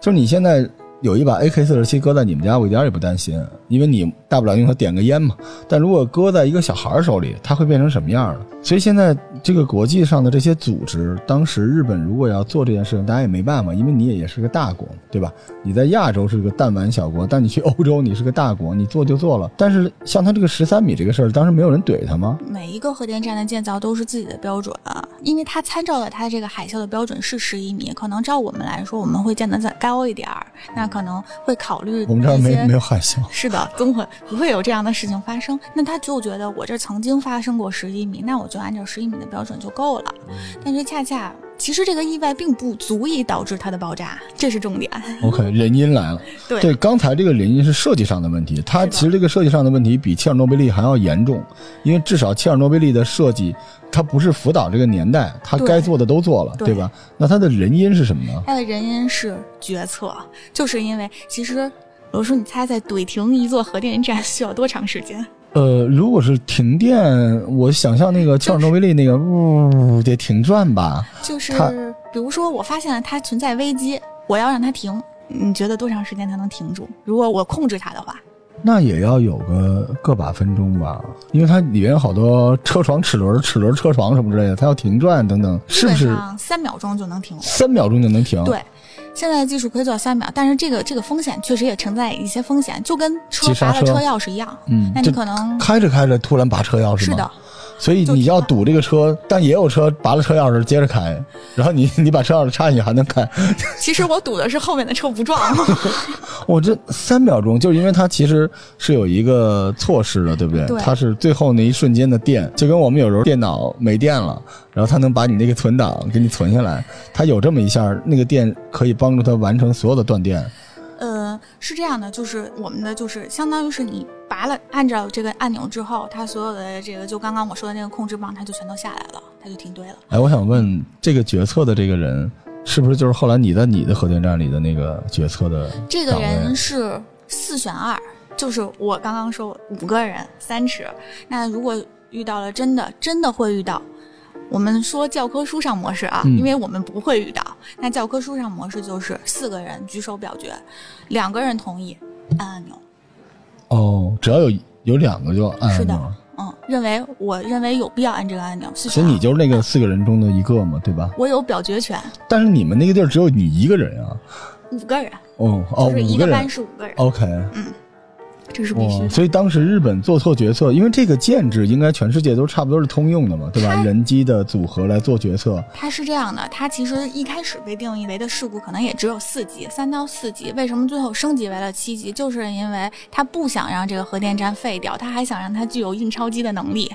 B: 就是你现在有一把 AK 四十七搁在你们家，我一点儿也不担心，因为你大不了用它点个烟嘛。但如果搁在一个小孩儿手里，它会变成什么样儿呢？所以现在这个国际上的这些组织，当时日本如果要做这件事情，大家也没办法，因为你也也是个大国，对吧？你在亚洲是个弹丸小国，但你去欧洲你是个大国，你做就做了。但是像他这个十三米这个事儿，当时没有人怼他吗？
C: 每一个核电站的建造都是自己的标准，啊因为它参照了它这个海啸的标准是十一米，可能照我们来说，我们会建得再高一点儿，那可能会考虑
B: 我们这儿
C: 一
B: 没
C: 些
B: 没有海啸，
C: 是的，综合不会有这样的事情发生。那他就觉
B: 嗯
C: 得我这曾经发生过十一米，那我就按照十一米的标准就够了。但是恰恰其实这个意外并不足以导致它的爆炸，这是重点。
B: OK，原因来了。
C: 对
B: 对，刚才这个原因是设计上的问题，它
C: 是的
B: 其实这个设计上的问题比切尔诺贝利还要严重，因为至少切尔诺贝利的设计，它不是辅导这个年代，它
C: 对
B: 该做的都做了，对
C: 对
B: 吧？那它的原因是什么呢？
C: 它的原因是决策，就是因为其实罗叔，你猜猜怼停一座核电站需要多长时间？
B: 呃，如果是停电，我想象那个切尔诺贝利那个呜得停转吧，
C: 就是
B: 它
C: 比如说，我发现了它存在危机，我要让它停，你觉得多长时间才能停住？如果我控制它的话，
B: 那也要有个个把分钟吧，因为它里面有好多车床、齿轮、齿轮、车床什么之类的，它要停转等等，
C: 基
B: 是不
C: 本
B: 是
C: 上三秒钟就能停。
B: 三秒钟就能停？
C: 对，现在技术可以做到三秒，但是这个这个风险确实也存在一些风险，就跟车
B: 急刹
C: 拔了
B: 车
C: 车钥匙一样。
B: 嗯
C: 那
B: 这
C: 你可能
B: 开着开着突然拔车钥匙
C: 是
B: 吗
C: 的，
B: 所以你要堵这个车，但也有车拔了车钥匙接着开，然后你 你把车钥匙插进去还能开。
C: 其实我堵的是后面的车不撞。
B: 我、这三秒钟，就是因为它其实是有一个措施的，对不对？
C: 对
B: 它是最后那一瞬间的电，就跟我们有时候电脑没电了，然后它能把你那个存档给你存下来，它有这么一下，那个电可以帮助它完成所有的断电。
C: 呃，是这样的，就是我们的就是相当于是你拔了，按照这个按钮之后，它所有的这个就刚刚我说的那个控制棒，它就全都下来了，它就停堆了。
B: 哎，我想问这个决策的这个人，是不是就是后来你在你的核电站里的那个决策的
C: 这个
B: 岗位啊
C: 人是四选二，就是我刚刚说五个人三尺，那如果遇到了真的真的会遇到。我们说教科书上模式啊，
B: 嗯
C: 因为我们不会遇到。那教科书上模式就是四个人举手表决，两个人同意按按钮，
B: 哦，只要有有两个就按
C: 是的
B: 钮
C: 嗯，认为我认为有必要按这个按钮。所
B: 所以你就是那个四个人中的一个嘛，对吧？
C: 我有表决权，
B: 但是你们那个地儿只有你一个人啊，
C: 五个人，
B: 哦哦，
C: 就是一
B: 五
C: 个
B: 人
C: 班是五个人，
B: ，OK，
C: 这是必须
B: 哇，
C: 的。
B: 所以当时日本做错决策，因为这个建制应该全世界都差不多是通用的嘛，对吧？
C: 它
B: 人机的组合来做决策，
C: 它是这样的，它其实一开始被定义为的事故可能也只有四级，三到四级。为什么最后升级为了七级？就是因为它不想让这个核电站废掉，它还想让它具有印钞机的能力。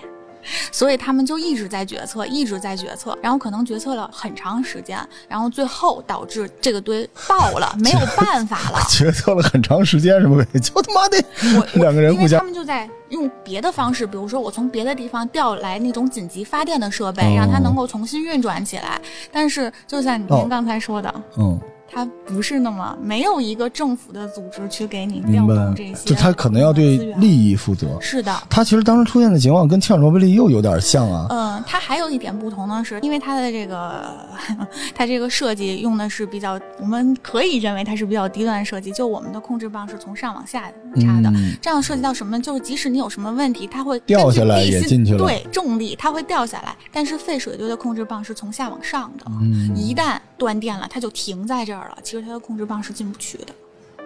C: 所以他们就一直在决策，一直在决策，然后可能决策了很长时间，然后最后导致这个堆爆了，没有办法了。
B: 决策了很长时间，是不是？就他妈的
C: 我 我
B: 两个人
C: 因
B: 互
C: 为
B: 相
C: 他们就在用别的方式，比如说我从别的地方调来那种紧急发电的设备，
B: 哦
C: 让它能够重新运转起来。但是就像你
B: 哦
C: 您刚才说的，
B: 嗯，
C: 它不是那么没有一个政府的组织去给你调
B: 嗯明
C: 动这
B: 白。
C: 些，
B: 就他可能要对
C: 益。
B: 利益负责。
C: 是的，
B: 他其实当时出现的情况跟切尔诺贝利又有点像啊。
C: 嗯，它还有一点不同呢，是，因为它的这个 它这个设计用的是比较，我们可以认为它是比较低端的设计，就我们的控制棒是从上往下插的，
B: 嗯
C: 这样涉及到什么？就是即使你有什么问题，它会根据
B: 掉下来
C: 地
B: 也
C: 心
B: 进去了
C: 对，重力它会掉下来。但是废水堆的控制棒是从下往上的，
B: 嗯
C: 一旦断电了，它就停在这儿了。其实它的控制棒是进不去的。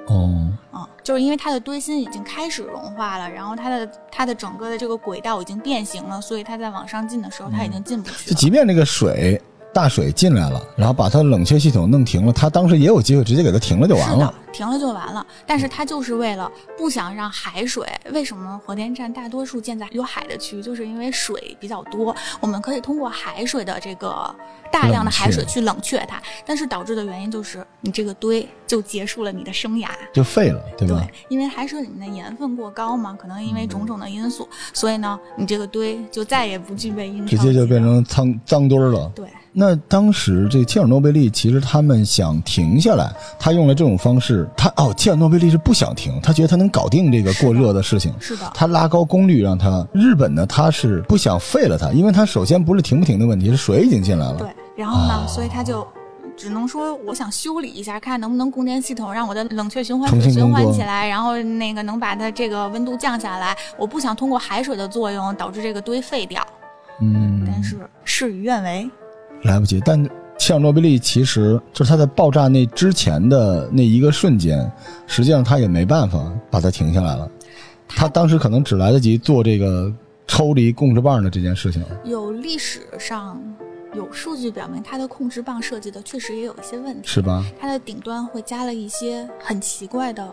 B: 哦，
C: 嗯，就是因为它的堆芯已经开始融化了，然后它的它的整个的这个轨道已经变形了，所以它在往上进的时候，它已经进不去
B: 嗯就
C: 了。
B: 即便这个水大水进来了，然后把它冷却系统弄停了，它当时也有机会直接给它停了就完
C: 是的
B: 了。，
C: 停了就完了。但是它就是为了不想让海水，为什么核电站大多数建在有海的区域，就是因为水比较多，我们可以通过海水的这个大量的海水
B: 冷却
C: 去冷却它，但是导致的原因就是你这个堆就结束了你的生涯。
B: 就废了，对吧？
C: 对，因为海水里面的盐分过高嘛，可能因为种种的因素，所以呢，你这个堆就再也不具备阴
B: 嗯直
C: 超
B: 接就
C: 级
B: 变
C: 了
B: 成脏脏堆儿了。
C: 对。
B: 那当时这切尔诺贝利其实他们想停下来，他用了这种方式，他哦，切尔诺贝利是不想停，他觉得他能搞定这个过热的事情。
C: 是的，
B: 他拉高功率让它，日本呢，他是不想废了它，因为它首先不是停不停的问题，是水已经进来了。
C: 对，然后
B: 哦
C: 呢，所以他就只能说，我想修理一下，看能不能供电系统让我的冷却循环
B: 重
C: 水
B: 新
C: 循
B: 工
C: 环
B: 作
C: 起来，然后那个能把它这个温度降下来。我不想通过海水的作用导致这个堆废掉，
B: 嗯，
C: 但是事与愿违。
B: 来不及。但切尔诺贝利其实就是它在爆炸那之前的那一个瞬间，实际上他也没办法把它停下来了。他当时可能只来得及做这个抽离控制棒的这件事情。
C: 有历史上有数据表明，它的控制棒设计的确实也有一些问题，
B: 是吧？
C: 它的顶端会加了一些很奇怪的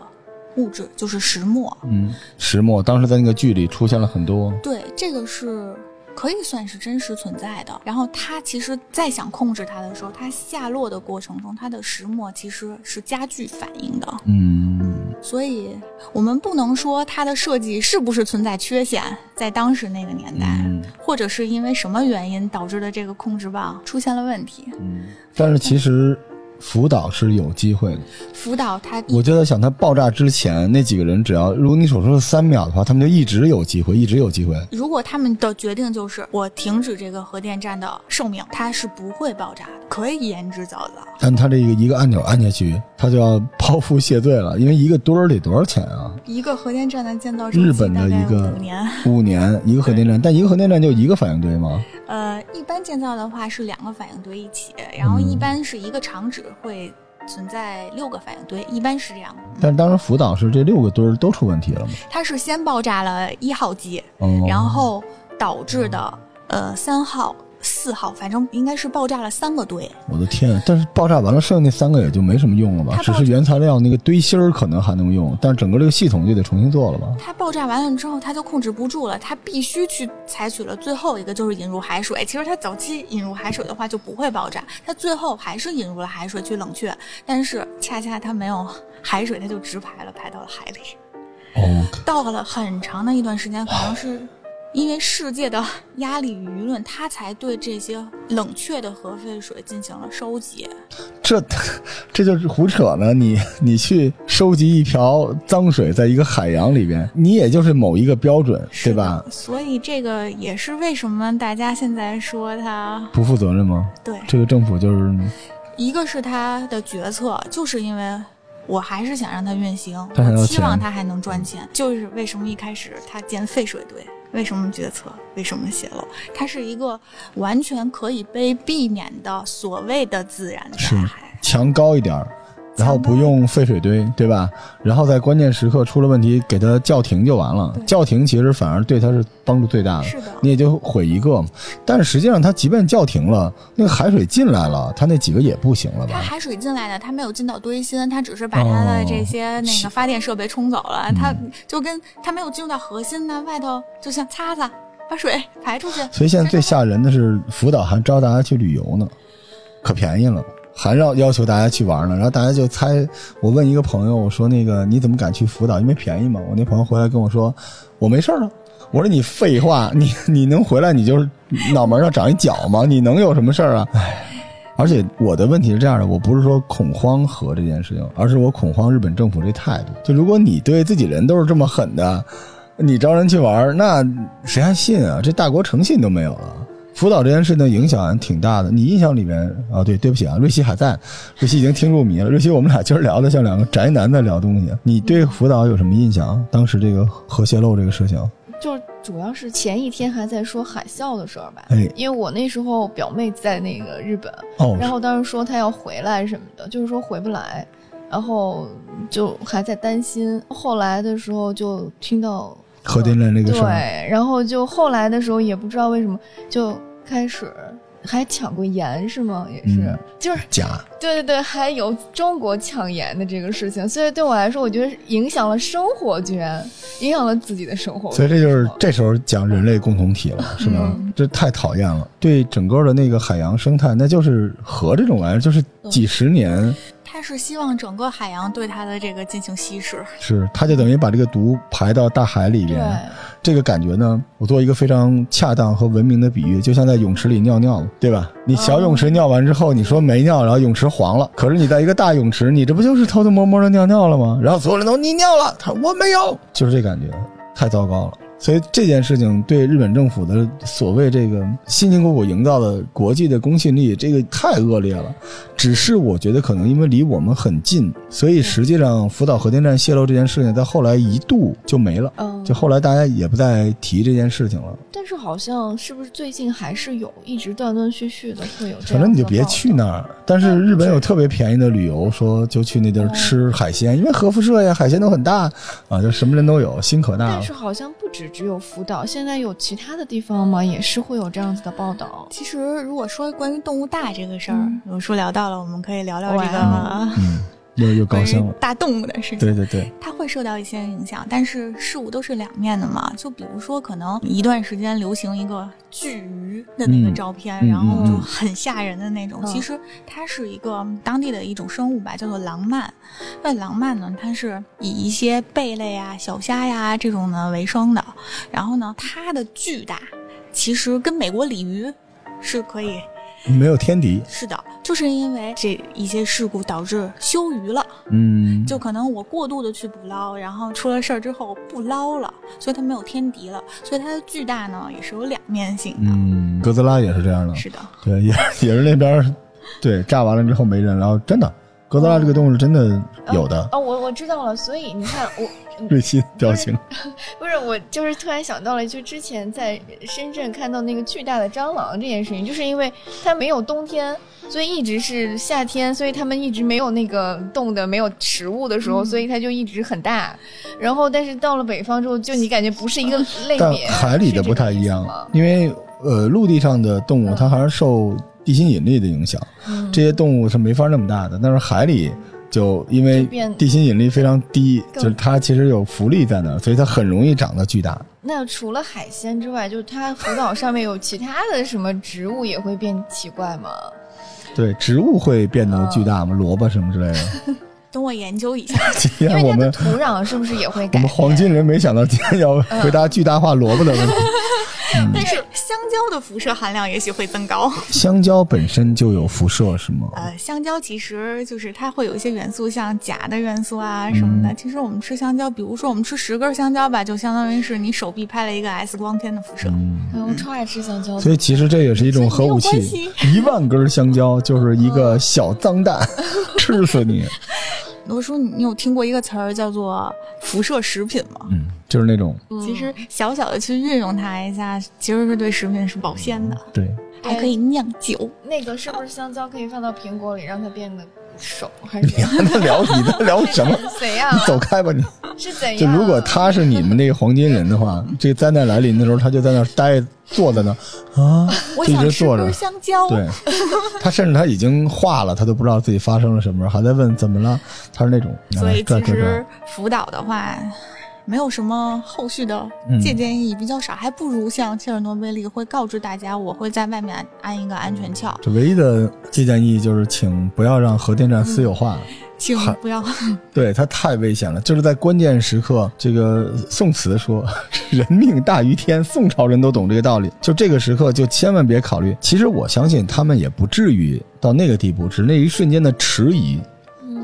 C: 物质，就是石墨。
B: 嗯，石墨当时在那个剧里出现了很多，
C: 对，这个是可以算是真实存在的。然后他其实再想控制它的时候，它下落的过程中，它的石墨其实是加剧反应的。
B: 嗯，
C: 所以我们不能说它的设计是不是存在缺陷，在当时那个年代，
B: 嗯
C: 或者是因为什么原因导致的这个控制棒出现了问题。
B: 嗯但是其实福岛是有机会的。
C: 福岛它
B: 我就在想，它爆炸之前那几个人，只要如果你所说的三秒的话，他们就一直有机会，一直有机会。
C: 如果他们的决定就是我停止这个核电站的寿命，它是不会爆炸的，可以延至早早。
B: 但他这个一个按钮按下去，他就要剖腹谢罪了，因为一个墩儿得多少钱啊？
C: 一个核电站的建造周期
B: 日本的
C: 大概
B: 一个
C: 五年，
B: 五 年一个核电站，但一个核电站就一个反应堆吗？
C: 呃，一般建造的话是两个反应堆一起，然
B: 嗯
C: 后一般是一个厂址会存在六个反应堆，一般是这样的。
B: 但是当时福岛是这六个墩儿都出问题了嘛？
C: 它是先爆炸了一号机，
B: 哦，
C: 然后导致的呃三号、四号，反正应该是爆炸了三个堆。
B: 我的天！啊但是爆炸完了，剩下那三个也就没什么用了吧？
C: 它
B: 只
C: 爆
B: 是原材料那个堆芯儿可能还能用，但是整个这个系统就得重新做了吧？
C: 它爆炸完了之后，它就控制不住了，它必须去采取了最后一个，就是引入海水。哎其实它早期引入海水的话就不会爆炸，它最后还是引入了海水去冷却，但是恰恰它没有海水，它就直排了，排到了海里。
B: 哦，
C: 到了很长的一段时间，可能是因为世界的压力与舆论，它才对这些冷却的核废水进行了收集。
B: 这这就是胡扯呢！你你去收集一瓢脏水，在一个海洋里边，你也就是某一个标准，对吧
C: 是的？所以这个也是为什么大家现在说它
B: 不负责任吗？
C: 对，
B: 这个政府就是，
C: 一个是它的决策，就是因为。我还是想让它运行，
B: 它还要
C: 我期望
B: 钱
C: 它还能赚钱。就是为什么一开始它建废水堆，为什么决策，为什么泄露，它是一个完全可以被避免的所谓的自然灾
B: 是
C: 害。
B: 墙高一点儿，然后不用废水堆，对吧？然后在关键时刻出了问题，给它叫停就完了
C: 对。
B: 叫停其实反而对它是帮助最大的。
C: 是的，
B: 你也就毁一个嘛，但是实际上它即便叫停了，那个海水进来了，它那几个也不行了
C: 它
B: 吧？
C: 海水进来的，它没有进到堆芯，它只是
B: 哦
C: 把它的这些那个发电设备冲走了，
B: 嗯
C: 它就跟它没有进入到核心呢，外头就像擦擦把水排出去。
B: 所以现在最吓人的是福岛还招大家去旅游呢，可便宜了，还要要求大家去玩呢。然后大家就猜，我问一个朋友，我说那个你怎么敢去福岛？因为便宜嘛。我那朋友回来跟我说，我没事儿啊。我说你废话， 你你能回来你就是脑门上长一角吗？你能有什么事儿啊？唉而且我的问题是这样的，我不是说恐慌核这件事情，而是我恐慌日本政府这态度。就如果你对自己人都是这么狠的，你招人去玩儿，那谁还信啊？这大国诚信都没有了。福岛这件事情影响挺大的，你印象里面啊？对，对不起啊，瑞希还在，瑞希已经听入迷了。瑞希，我们俩今儿聊的像两个宅男在聊东西。你对福岛有什么印象？当时这个核泄漏这个事情，
D: 就是主要是前一天还在说海啸的事儿吧，
B: 哎，
D: 因为我那时候表妹在那个日本，
B: 哦，
D: 然后当时说她要回来什么的，就是说回不来，然后就还在担心。后来的时候就听到
B: 核电站这个
D: 对
B: 事儿，，
D: 然后就后来的时候也不知道为什么就开始还抢过盐是吗？也是，
B: 嗯
D: 就是
B: 假，
D: 对对对，还有中国抢盐的这个事情，所以对我来说，我觉得影响了生活，居然影响了自己的生活。
B: 所以这就是这时候讲人类共同体了，
D: 嗯
B: 是吧？这太讨厌了，对整个的那个海洋生态，那就是核这种玩意儿，就是几十年。
C: 它是希望整个海洋对它的这个进行稀释。
B: 是，它就等于把这个毒排到大海里
D: 对，
B: 边。这个感觉呢，我做一个非常恰当和文明的比喻，就像在泳池里尿尿嘛，对吧？你小泳池尿完之后，你说没尿，然后泳池黄了，可是你在一个大泳池，你这不就是偷偷摸摸的尿尿了吗？然后所有人都你尿了，他我没有，就是这感觉，太糟糕了。所以这件事情对日本政府的所谓这个辛辛苦苦营造的国际的公信力，这个太恶劣了。只是我觉得可能因为离我们很近，所以实际上福岛核电站泄漏这件事情，在后来一度就没了。
D: 嗯，
B: 就后来大家也不再提这件事情了。
D: 但是好像是不是最近还是有一直断断续续的会有这样的
B: 反正你就别去
D: 报道
B: 那儿。但是日本有特别便宜的旅游，说就去那地儿吃海鲜，因为核辐射呀，海鲜都很大啊，就什么人都有，心可大
D: 但
B: 了
D: 是。好像不止只有福岛，现在有其他的地方嘛，也是会有这样子的报道。
C: 其实，如果说关于动物大这个事儿，
D: 嗯
C: 有说聊到了，我们可以聊聊
D: 哇哦
C: 这个啊
B: 嗯，又又高
C: 关于
B: 兴了。
C: 大动物的事情。
B: 对对对，
C: 它会受到一些影响，但是事物都是两面的嘛。就比如说，可能一段时间流行一个巨鱼的那个照片，
B: 嗯嗯
C: 然后
B: 嗯
C: 就
B: 嗯
C: 很吓人的那种。
D: 嗯
C: 其实它是一个当地的一种生物吧，叫做狼鳗。那狼鳗呢，它是以一些贝类啊、小虾呀、这种呢为生的。然后呢，它的巨大其实跟美国鲤鱼是可以
B: 没有天敌，
C: 是的，就是因为这一些事故导致休渔了。
B: 嗯，
C: 就可能我过度的去捕捞，然后出了事儿之后不捞了，所以它没有天敌了，所以它的巨大呢也是有两面性的。
B: 嗯，哥斯拉也是这样的，
C: 是的，
B: 对，也是也是那边儿，对，炸完了之后没人，然后真的，哥斯拉这个动物是真的有的。
D: 哦，我我知道了，所以你看我。
B: 瑞希表情，
D: 不是，我就是突然想到了，就之前在深圳看到那个巨大的蟑螂这件事情，就是因为它没有冬天，所以一直是夏天，所以它们一直没有那个冻的、没有食物的时
B: 嗯
D: 候，所以它就一直很大。然后，但是到了北方之后，就你感觉不是一个类
B: 但
D: 别，
B: 海里的
D: 是这
B: 不
D: 个
B: 太
D: 意
B: 一
D: 思
B: 样
D: 吗，
B: 因为呃，陆地上的动物
D: 嗯
B: 它还是受地心引力的影响，
D: 嗯
B: 这些动物是没法那么大的，但是海里。就因为
D: 就变
B: 地心引力非常低，就
D: 更
B: 是它其实有浮力在那儿，所以它很容易长得巨大。
D: 那除了海鲜之外，就是它湖岛上面有其他的什么植物也会变奇怪吗？
B: 对，植物会变得巨
D: 嗯
B: 大吗？萝卜什么之 类的。
C: 等我研究一下。
B: 今
D: 因
B: 天
D: 为
B: 啊我
D: 它的
B: 们
D: 土壤是不是也会
B: 我
D: 改
B: 们
D: 变？
B: 黄金人没想到今天要
D: 嗯
B: 回答巨大化萝卜的问题。嗯
C: 但是香蕉的辐射含量也许会增高。
B: 香蕉本身就有辐射是吗？
C: 呃，香蕉其实就是它会有一些元素，像钾的元素啊什么的。
B: 嗯
C: 其实我们吃香蕉，比如说我们吃十根香蕉吧，就相当于是你手臂拍了一个 X 光片的辐射。
B: 嗯
D: 哎我超爱吃香蕉的。
B: 所以其实这也是一种核武
C: 所以
B: 器
C: 没有，
B: 一万根香蕉就是一个小脏 蛋，吃死你！
C: 我说你你有听过一个词儿叫做辐射食品吗？
B: 嗯，就是那种
C: 其实小小的去运用它一下，其实是对食品是保鲜的，
B: 对，
D: 对
C: 还可以酿酒。
D: 那个是不是香蕉可以放到苹果里，让它变得熟？还是怎
B: 你
D: 样？
B: 还能聊你在聊什 么？
D: 怎样啊
B: 你？ 走开吧你！
D: 是怎样？啊
B: 就如果他是你们那个黄金人的话，这灾难来临的时候，他就在那儿待坐在那儿 啊，
C: 我
B: 就一
C: 想
B: 直
C: 吃
B: 坐着
C: 根。香蕉，
B: 对，他甚至他已经化了，他都不知道自己发生了什么，还在问怎么了。他是那种，哎
C: 所以
B: 转
C: 其
B: 转
C: 实
B: 转，
C: 辅导的话。没有什么后续的
B: 嗯
C: 借鉴意义比较少，还不如像切尔诺贝利会告知大家，我会在外面安一个安全壳，
B: 这唯一的借鉴意义就是，请不要让核电站私有化。
C: 请 不要。
B: 对它太危险了，就是在关键时刻，这个宋词说 “人命大于天”，宋朝人都懂这个道理。就这个时刻，就千万别考虑。其实我相信他们也不至于到那个地步，只是那一瞬间的迟疑。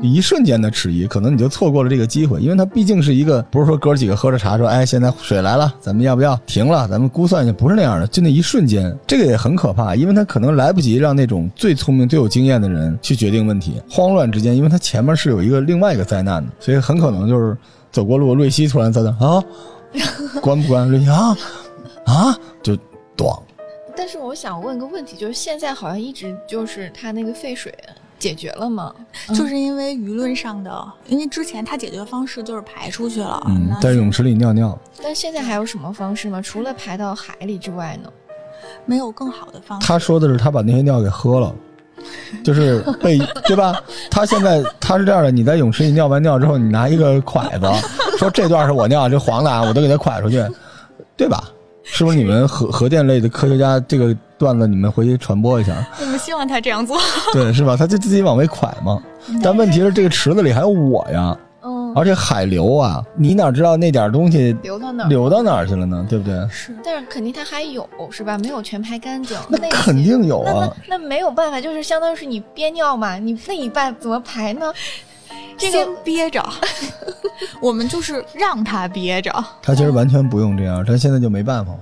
B: 一瞬间的迟疑，可能你就错过了这个机会，因为它毕竟是一个不是说哥几个喝着茶说，哎，现在水来了，咱们要不要停了？咱们估算一下，不是那样的，就那一瞬间，这个也很可怕，因为他可能来不及让那种最聪明、最有经验的人去决定问题。慌乱之间，因为他前面是有一个另外一个灾难的，所以很可能就是走过路，瑞希突然在那啊，关不关？瑞希啊啊，就咣，
D: 但是我想问个问题，就是现在好像一直就是它那个废水解决了吗？
C: 就是因为舆论上的，因为之前它解决方式就是排出去了，
B: 嗯
C: 那，
B: 在泳池里尿尿，
D: 但现在还有什么方式吗？除了排到海里之外呢？
C: 没有更好的方式。
B: 他说的是他把那些尿给喝了，就是被对吧？他现在他是这样的，你在泳池里尿完尿之后，你拿一个筷子，说这段是我尿，这黄的啊，我都给它蒯出去，对吧？是不是你们核核电类的科学家这个段子，你们回去传播一下，
C: 我们希望他这样做。
B: 对，是吧？他就自己往回蒯嘛。但问题是，这个池子里还有我呀，
D: 嗯，
B: 而且海流啊，你哪知道那点东西
D: 流到哪儿？
B: 流到哪儿去了呢？对不对？
C: 是，
D: 但是肯定它还有是吧？没有全排干净，那
B: 那肯定有
D: 那
B: 啊
D: 那。那没有办法，就是相当于是你憋尿嘛，你那一半怎么排呢？这个
C: 先憋着， 我们就是让他憋着。
B: 他其实完全不用这样，但现在就没办法。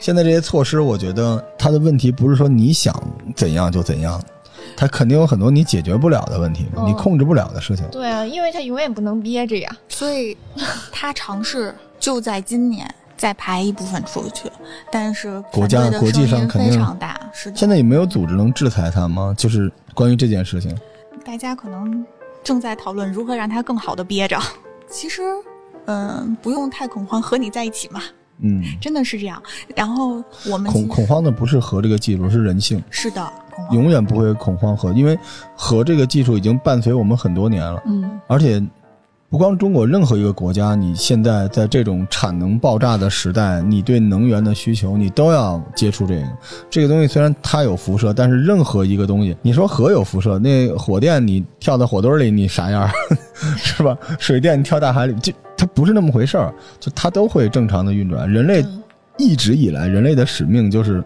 B: 现在这些措施，我觉得他的问题不是说你想怎样就怎样，他肯定有很多你解决不了的问题，
D: 嗯
B: 你控制不了的事情。
D: 对啊，因为它永远不能憋着呀。
C: 所以他尝试就在今年再排一部分出去，但是
B: 国家
C: 反对的
B: 国际上
C: 声音
B: 肯定
C: 非常大，是的，
B: 现在也没有组织能制裁他吗？就是关于这件事情，
C: 大家可能正在讨论如何让他更好的憋着。其实，嗯，不用太恐慌，和你在一起嘛，
B: 嗯，
C: 真的是这样。然后我们
B: 恐恐慌的不是和这个技术，是人性，
C: 是的，恐慌
B: 永远不会恐慌和，因为和这个技术已经伴随我们很多年了。
C: 嗯，
B: 而且不光中国，任何一个国家，你现在在这种产能爆炸的时代，你对能源的需求，你都要接触这个。这个东西虽然它有辐射，但是任何一个东西，你说核有辐射，那火电你跳到火堆里你啥样儿， 是吧？水电你跳大海里，就它不是那么回事儿，就它都会正常的运转。人类
D: 嗯
B: 一直以来，人类的使命就是。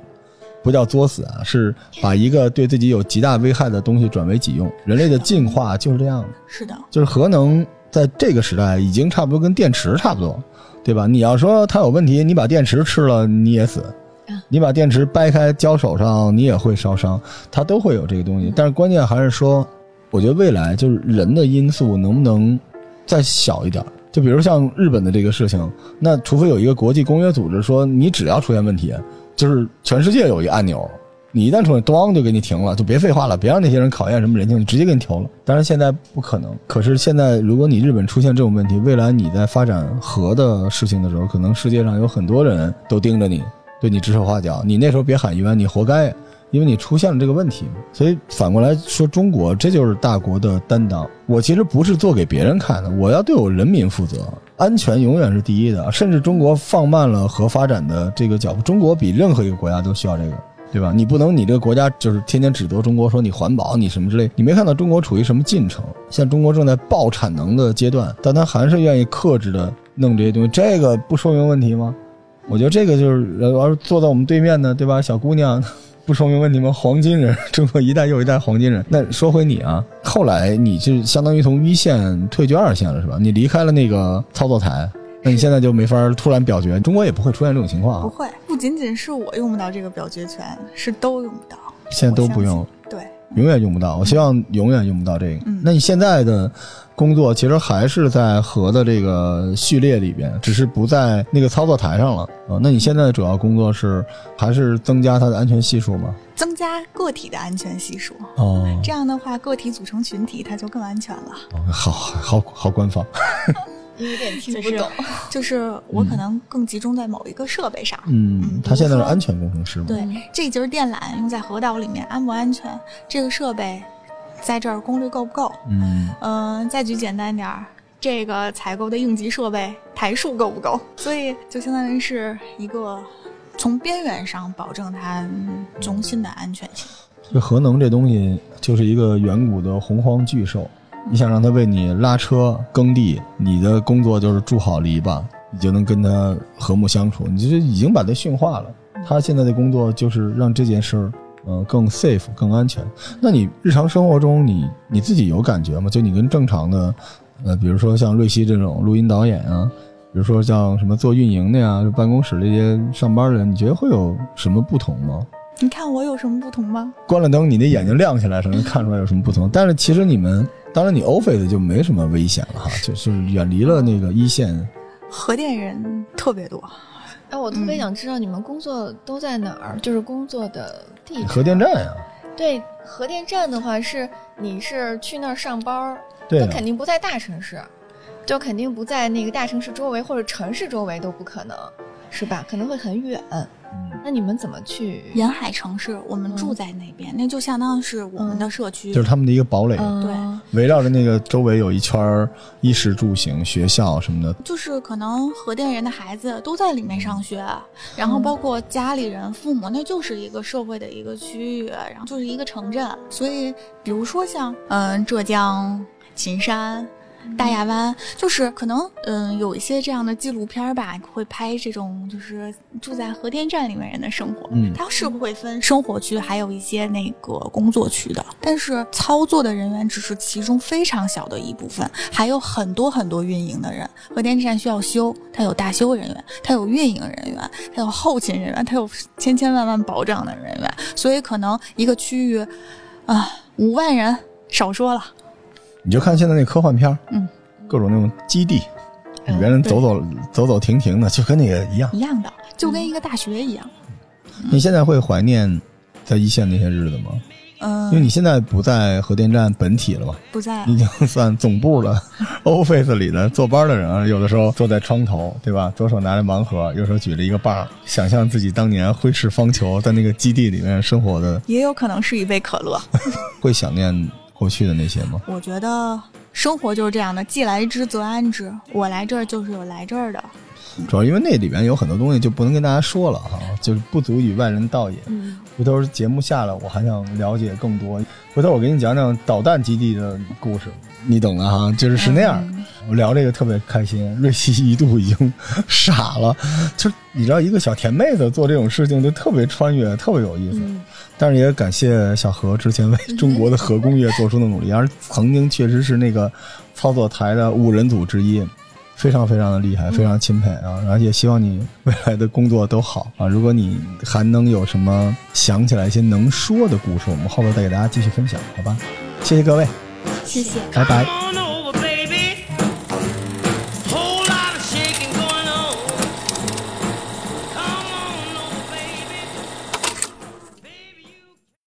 B: 不叫作死啊，是把一个对自己有极大危害的东西转为己用。人类的进化就是这样的。
C: 是的，
B: 就是核能在这个时代已经差不多跟电池差不多，对吧？你要说它有问题，你把电池吃了你也死
D: 嗯，
B: 你把电池掰开交手上你也会烧伤，它都会有这个东西。但是关键还是说，我觉得未来就是人的因素能不能再小一点儿？就比如像日本的这个事情，那除非有一个国际公约组织说，你只要出现问题，就是全世界有一按钮，你一旦出现，咣就给你停了，就别废话了，别让那些人考验什么人性，直接给你投了。当然现在不可能，可是现在如果你日本出现这种问题，未来你在发展核的事情的时候，可能世界上有很多人都盯着你，对你指手画脚，你那时候别喊冤，你活该。因为你出现了这个问题，所以反过来说，中国这就是大国的担当。我其实不是做给别人看的，我要对我人民负责，安全永远是第一的。甚至中国放慢了核发展的这个脚步，中国比任何一个国家都需要这个。对吧？你不能，你这个国家就是天天指责中国说你环保，你什么之类，你没看到中国处于什么进程？现在中国正在爆产能的阶段，但它还是愿意克制的弄这些东西，这个不说明问题吗？我觉得这个就是，呃要是坐在我们对面的，对吧？小姑娘， 不说明问题吗？黄金人， 中国一代又一代黄金人。那说回你啊，后来你就相当于从一线退居二线了，是吧？你离开了那个操作台，那你现在就没法突然表决，中国也不会出现这种情况
C: 不
B: 啊，
C: 会，不仅仅是我用不到这个表决权，是都用不到，
B: 现在都不
C: 我
B: 用。
C: 相信。对，
B: 永远用不到。我希望永远用不到这个。
C: 嗯
B: 那你现在的工作其实还是在核的这个序列里边，只是不在那个操作台上了啊。那你现在的主要工作是还是增加它的安全系数吗？
C: 增加个体的安全系数。
B: 哦，
C: 这样的话，个体组成群体，它就更安全了。
B: 好好好官方。
D: 有点听
C: 就
D: 不
C: 是
D: 懂。
C: 就是我可能更集中在某一个设备上，
B: 嗯
C: 嗯，
B: 他现在是安全工程师嘛？
C: 对，这节电缆用在河道里面安不安全？这个设备在这儿功率够不够？
B: 嗯，
C: 嗯、再举简单点儿，这个采购的应急设备台数够不够？所以就相当于是一个从边缘上保证它嗯中心的安全性。
B: 这核能这东西就是一个远古的洪荒巨兽，你想让它为你拉车耕地，你的工作就是筑好篱笆，你就能跟它和睦相处。你这已经把它驯化了，它现在的工作就是让这件事儿。嗯，更 safe 更安全。那你日常生活中你，你自己有感觉吗？就你跟正常的，呃，比如说像瑞希这种录音导演啊，比如说像什么做运营的呀、办公室这些上班的人，你觉得会有什么不同吗？
C: 你看我有什么不同吗？
B: 关了灯，你那眼睛亮起来，才能看出来有什么不同。但是其实你们，当然你 office 就没什么危险了 哈，就是远离了那个一线。
C: 核电人特别多，
D: 哎，我特别
C: 嗯
D: 想知道你们工作都在哪儿，就是工作的地址。
B: 嗯
D: 啊
B: 核电站呀、
D: 对，核电站的话是你是去那儿上班儿，
B: 对
D: 那
B: 啊
D: 肯，定不在大城市，就肯定不在那个大城市周围或者城市周围都不可能，是吧？可能会很远。
B: 嗯
D: 那你们怎么去？
C: 沿海城市，我们住
D: 嗯
C: 在那边，那就相当是我们的社区。
B: 就是他们的一个堡垒，啊
D: 嗯，
B: 围绕着那个周围有一圈儿衣食住行、学校什么的。
C: 就是可能核电人的孩子都在里面上学，然后包括家里人、父母，那就是一个社会的一个区域，然后就是一个城镇。所以，比如说像嗯、浙江秦山。大亚湾就是可能，嗯，有一些这样的纪录片儿吧，会拍这种就是住在核电站里面人的生活。
B: 嗯
C: 它是会分生活区，还有一些那个工作区的。但是操作的人员只是其中非常小的一部分，还有很多很多运营的人。核电站需要修，它有大修人员，它有运营人员，它有后勤人员，它有千千万万保障的人员。所以可能一个区域，啊，五万人少说了。
B: 你就看现在那科幻片儿，
C: 嗯，
B: 各种那种基地，里
D: 嗯
B: 边人
D: 对
B: 走走走走停停的，就跟那个一样。
C: 一样的，就跟一个大学一样。
D: 嗯
B: 你现在会怀念在一线那些日子吗？因为
C: 嗯，
B: 你现在不在核电站本体了嘛，
C: 不在
B: 你已经算总部了，office 里的坐班的人啊，有的时候坐在窗头，对吧？左手拿着盲盒，右手举着一个把儿，想象自己当年挥斥方遒，在那个基地里面生活的，
C: 也有可能是一杯可 乐。
B: 会想念过去的那些吗？
C: 我觉得生活就是这样的，既来之则安之。我来这儿就是有来这儿的，
B: 主要因为那里边有很多东西就不能跟大家说了哈，就是不足以外人道也。
C: 嗯，
B: 回头节目下了，我还想了解更多。回头我给你讲讲导弹基地的故事，嗯你懂的哈，就是是那样。
C: 嗯
B: 我聊这个特别开心， 瑞希一度已经傻了，就是你知道一个小甜妹子做这种事情就特别穿越，特别有意思。
D: 嗯
B: 但是也感谢小何之前为中国的核工业做出的努力，而曾经确实是那个操作台的五人组之一，非常非常的厉害，非常钦佩啊！然后也希望你未来的工作都好啊！如果你还能有什么想起来一些能说的故事，我们后边再给大家继续分享，好吧？谢谢各位，
C: 谢谢。
B: 拜拜。
A: Come on over.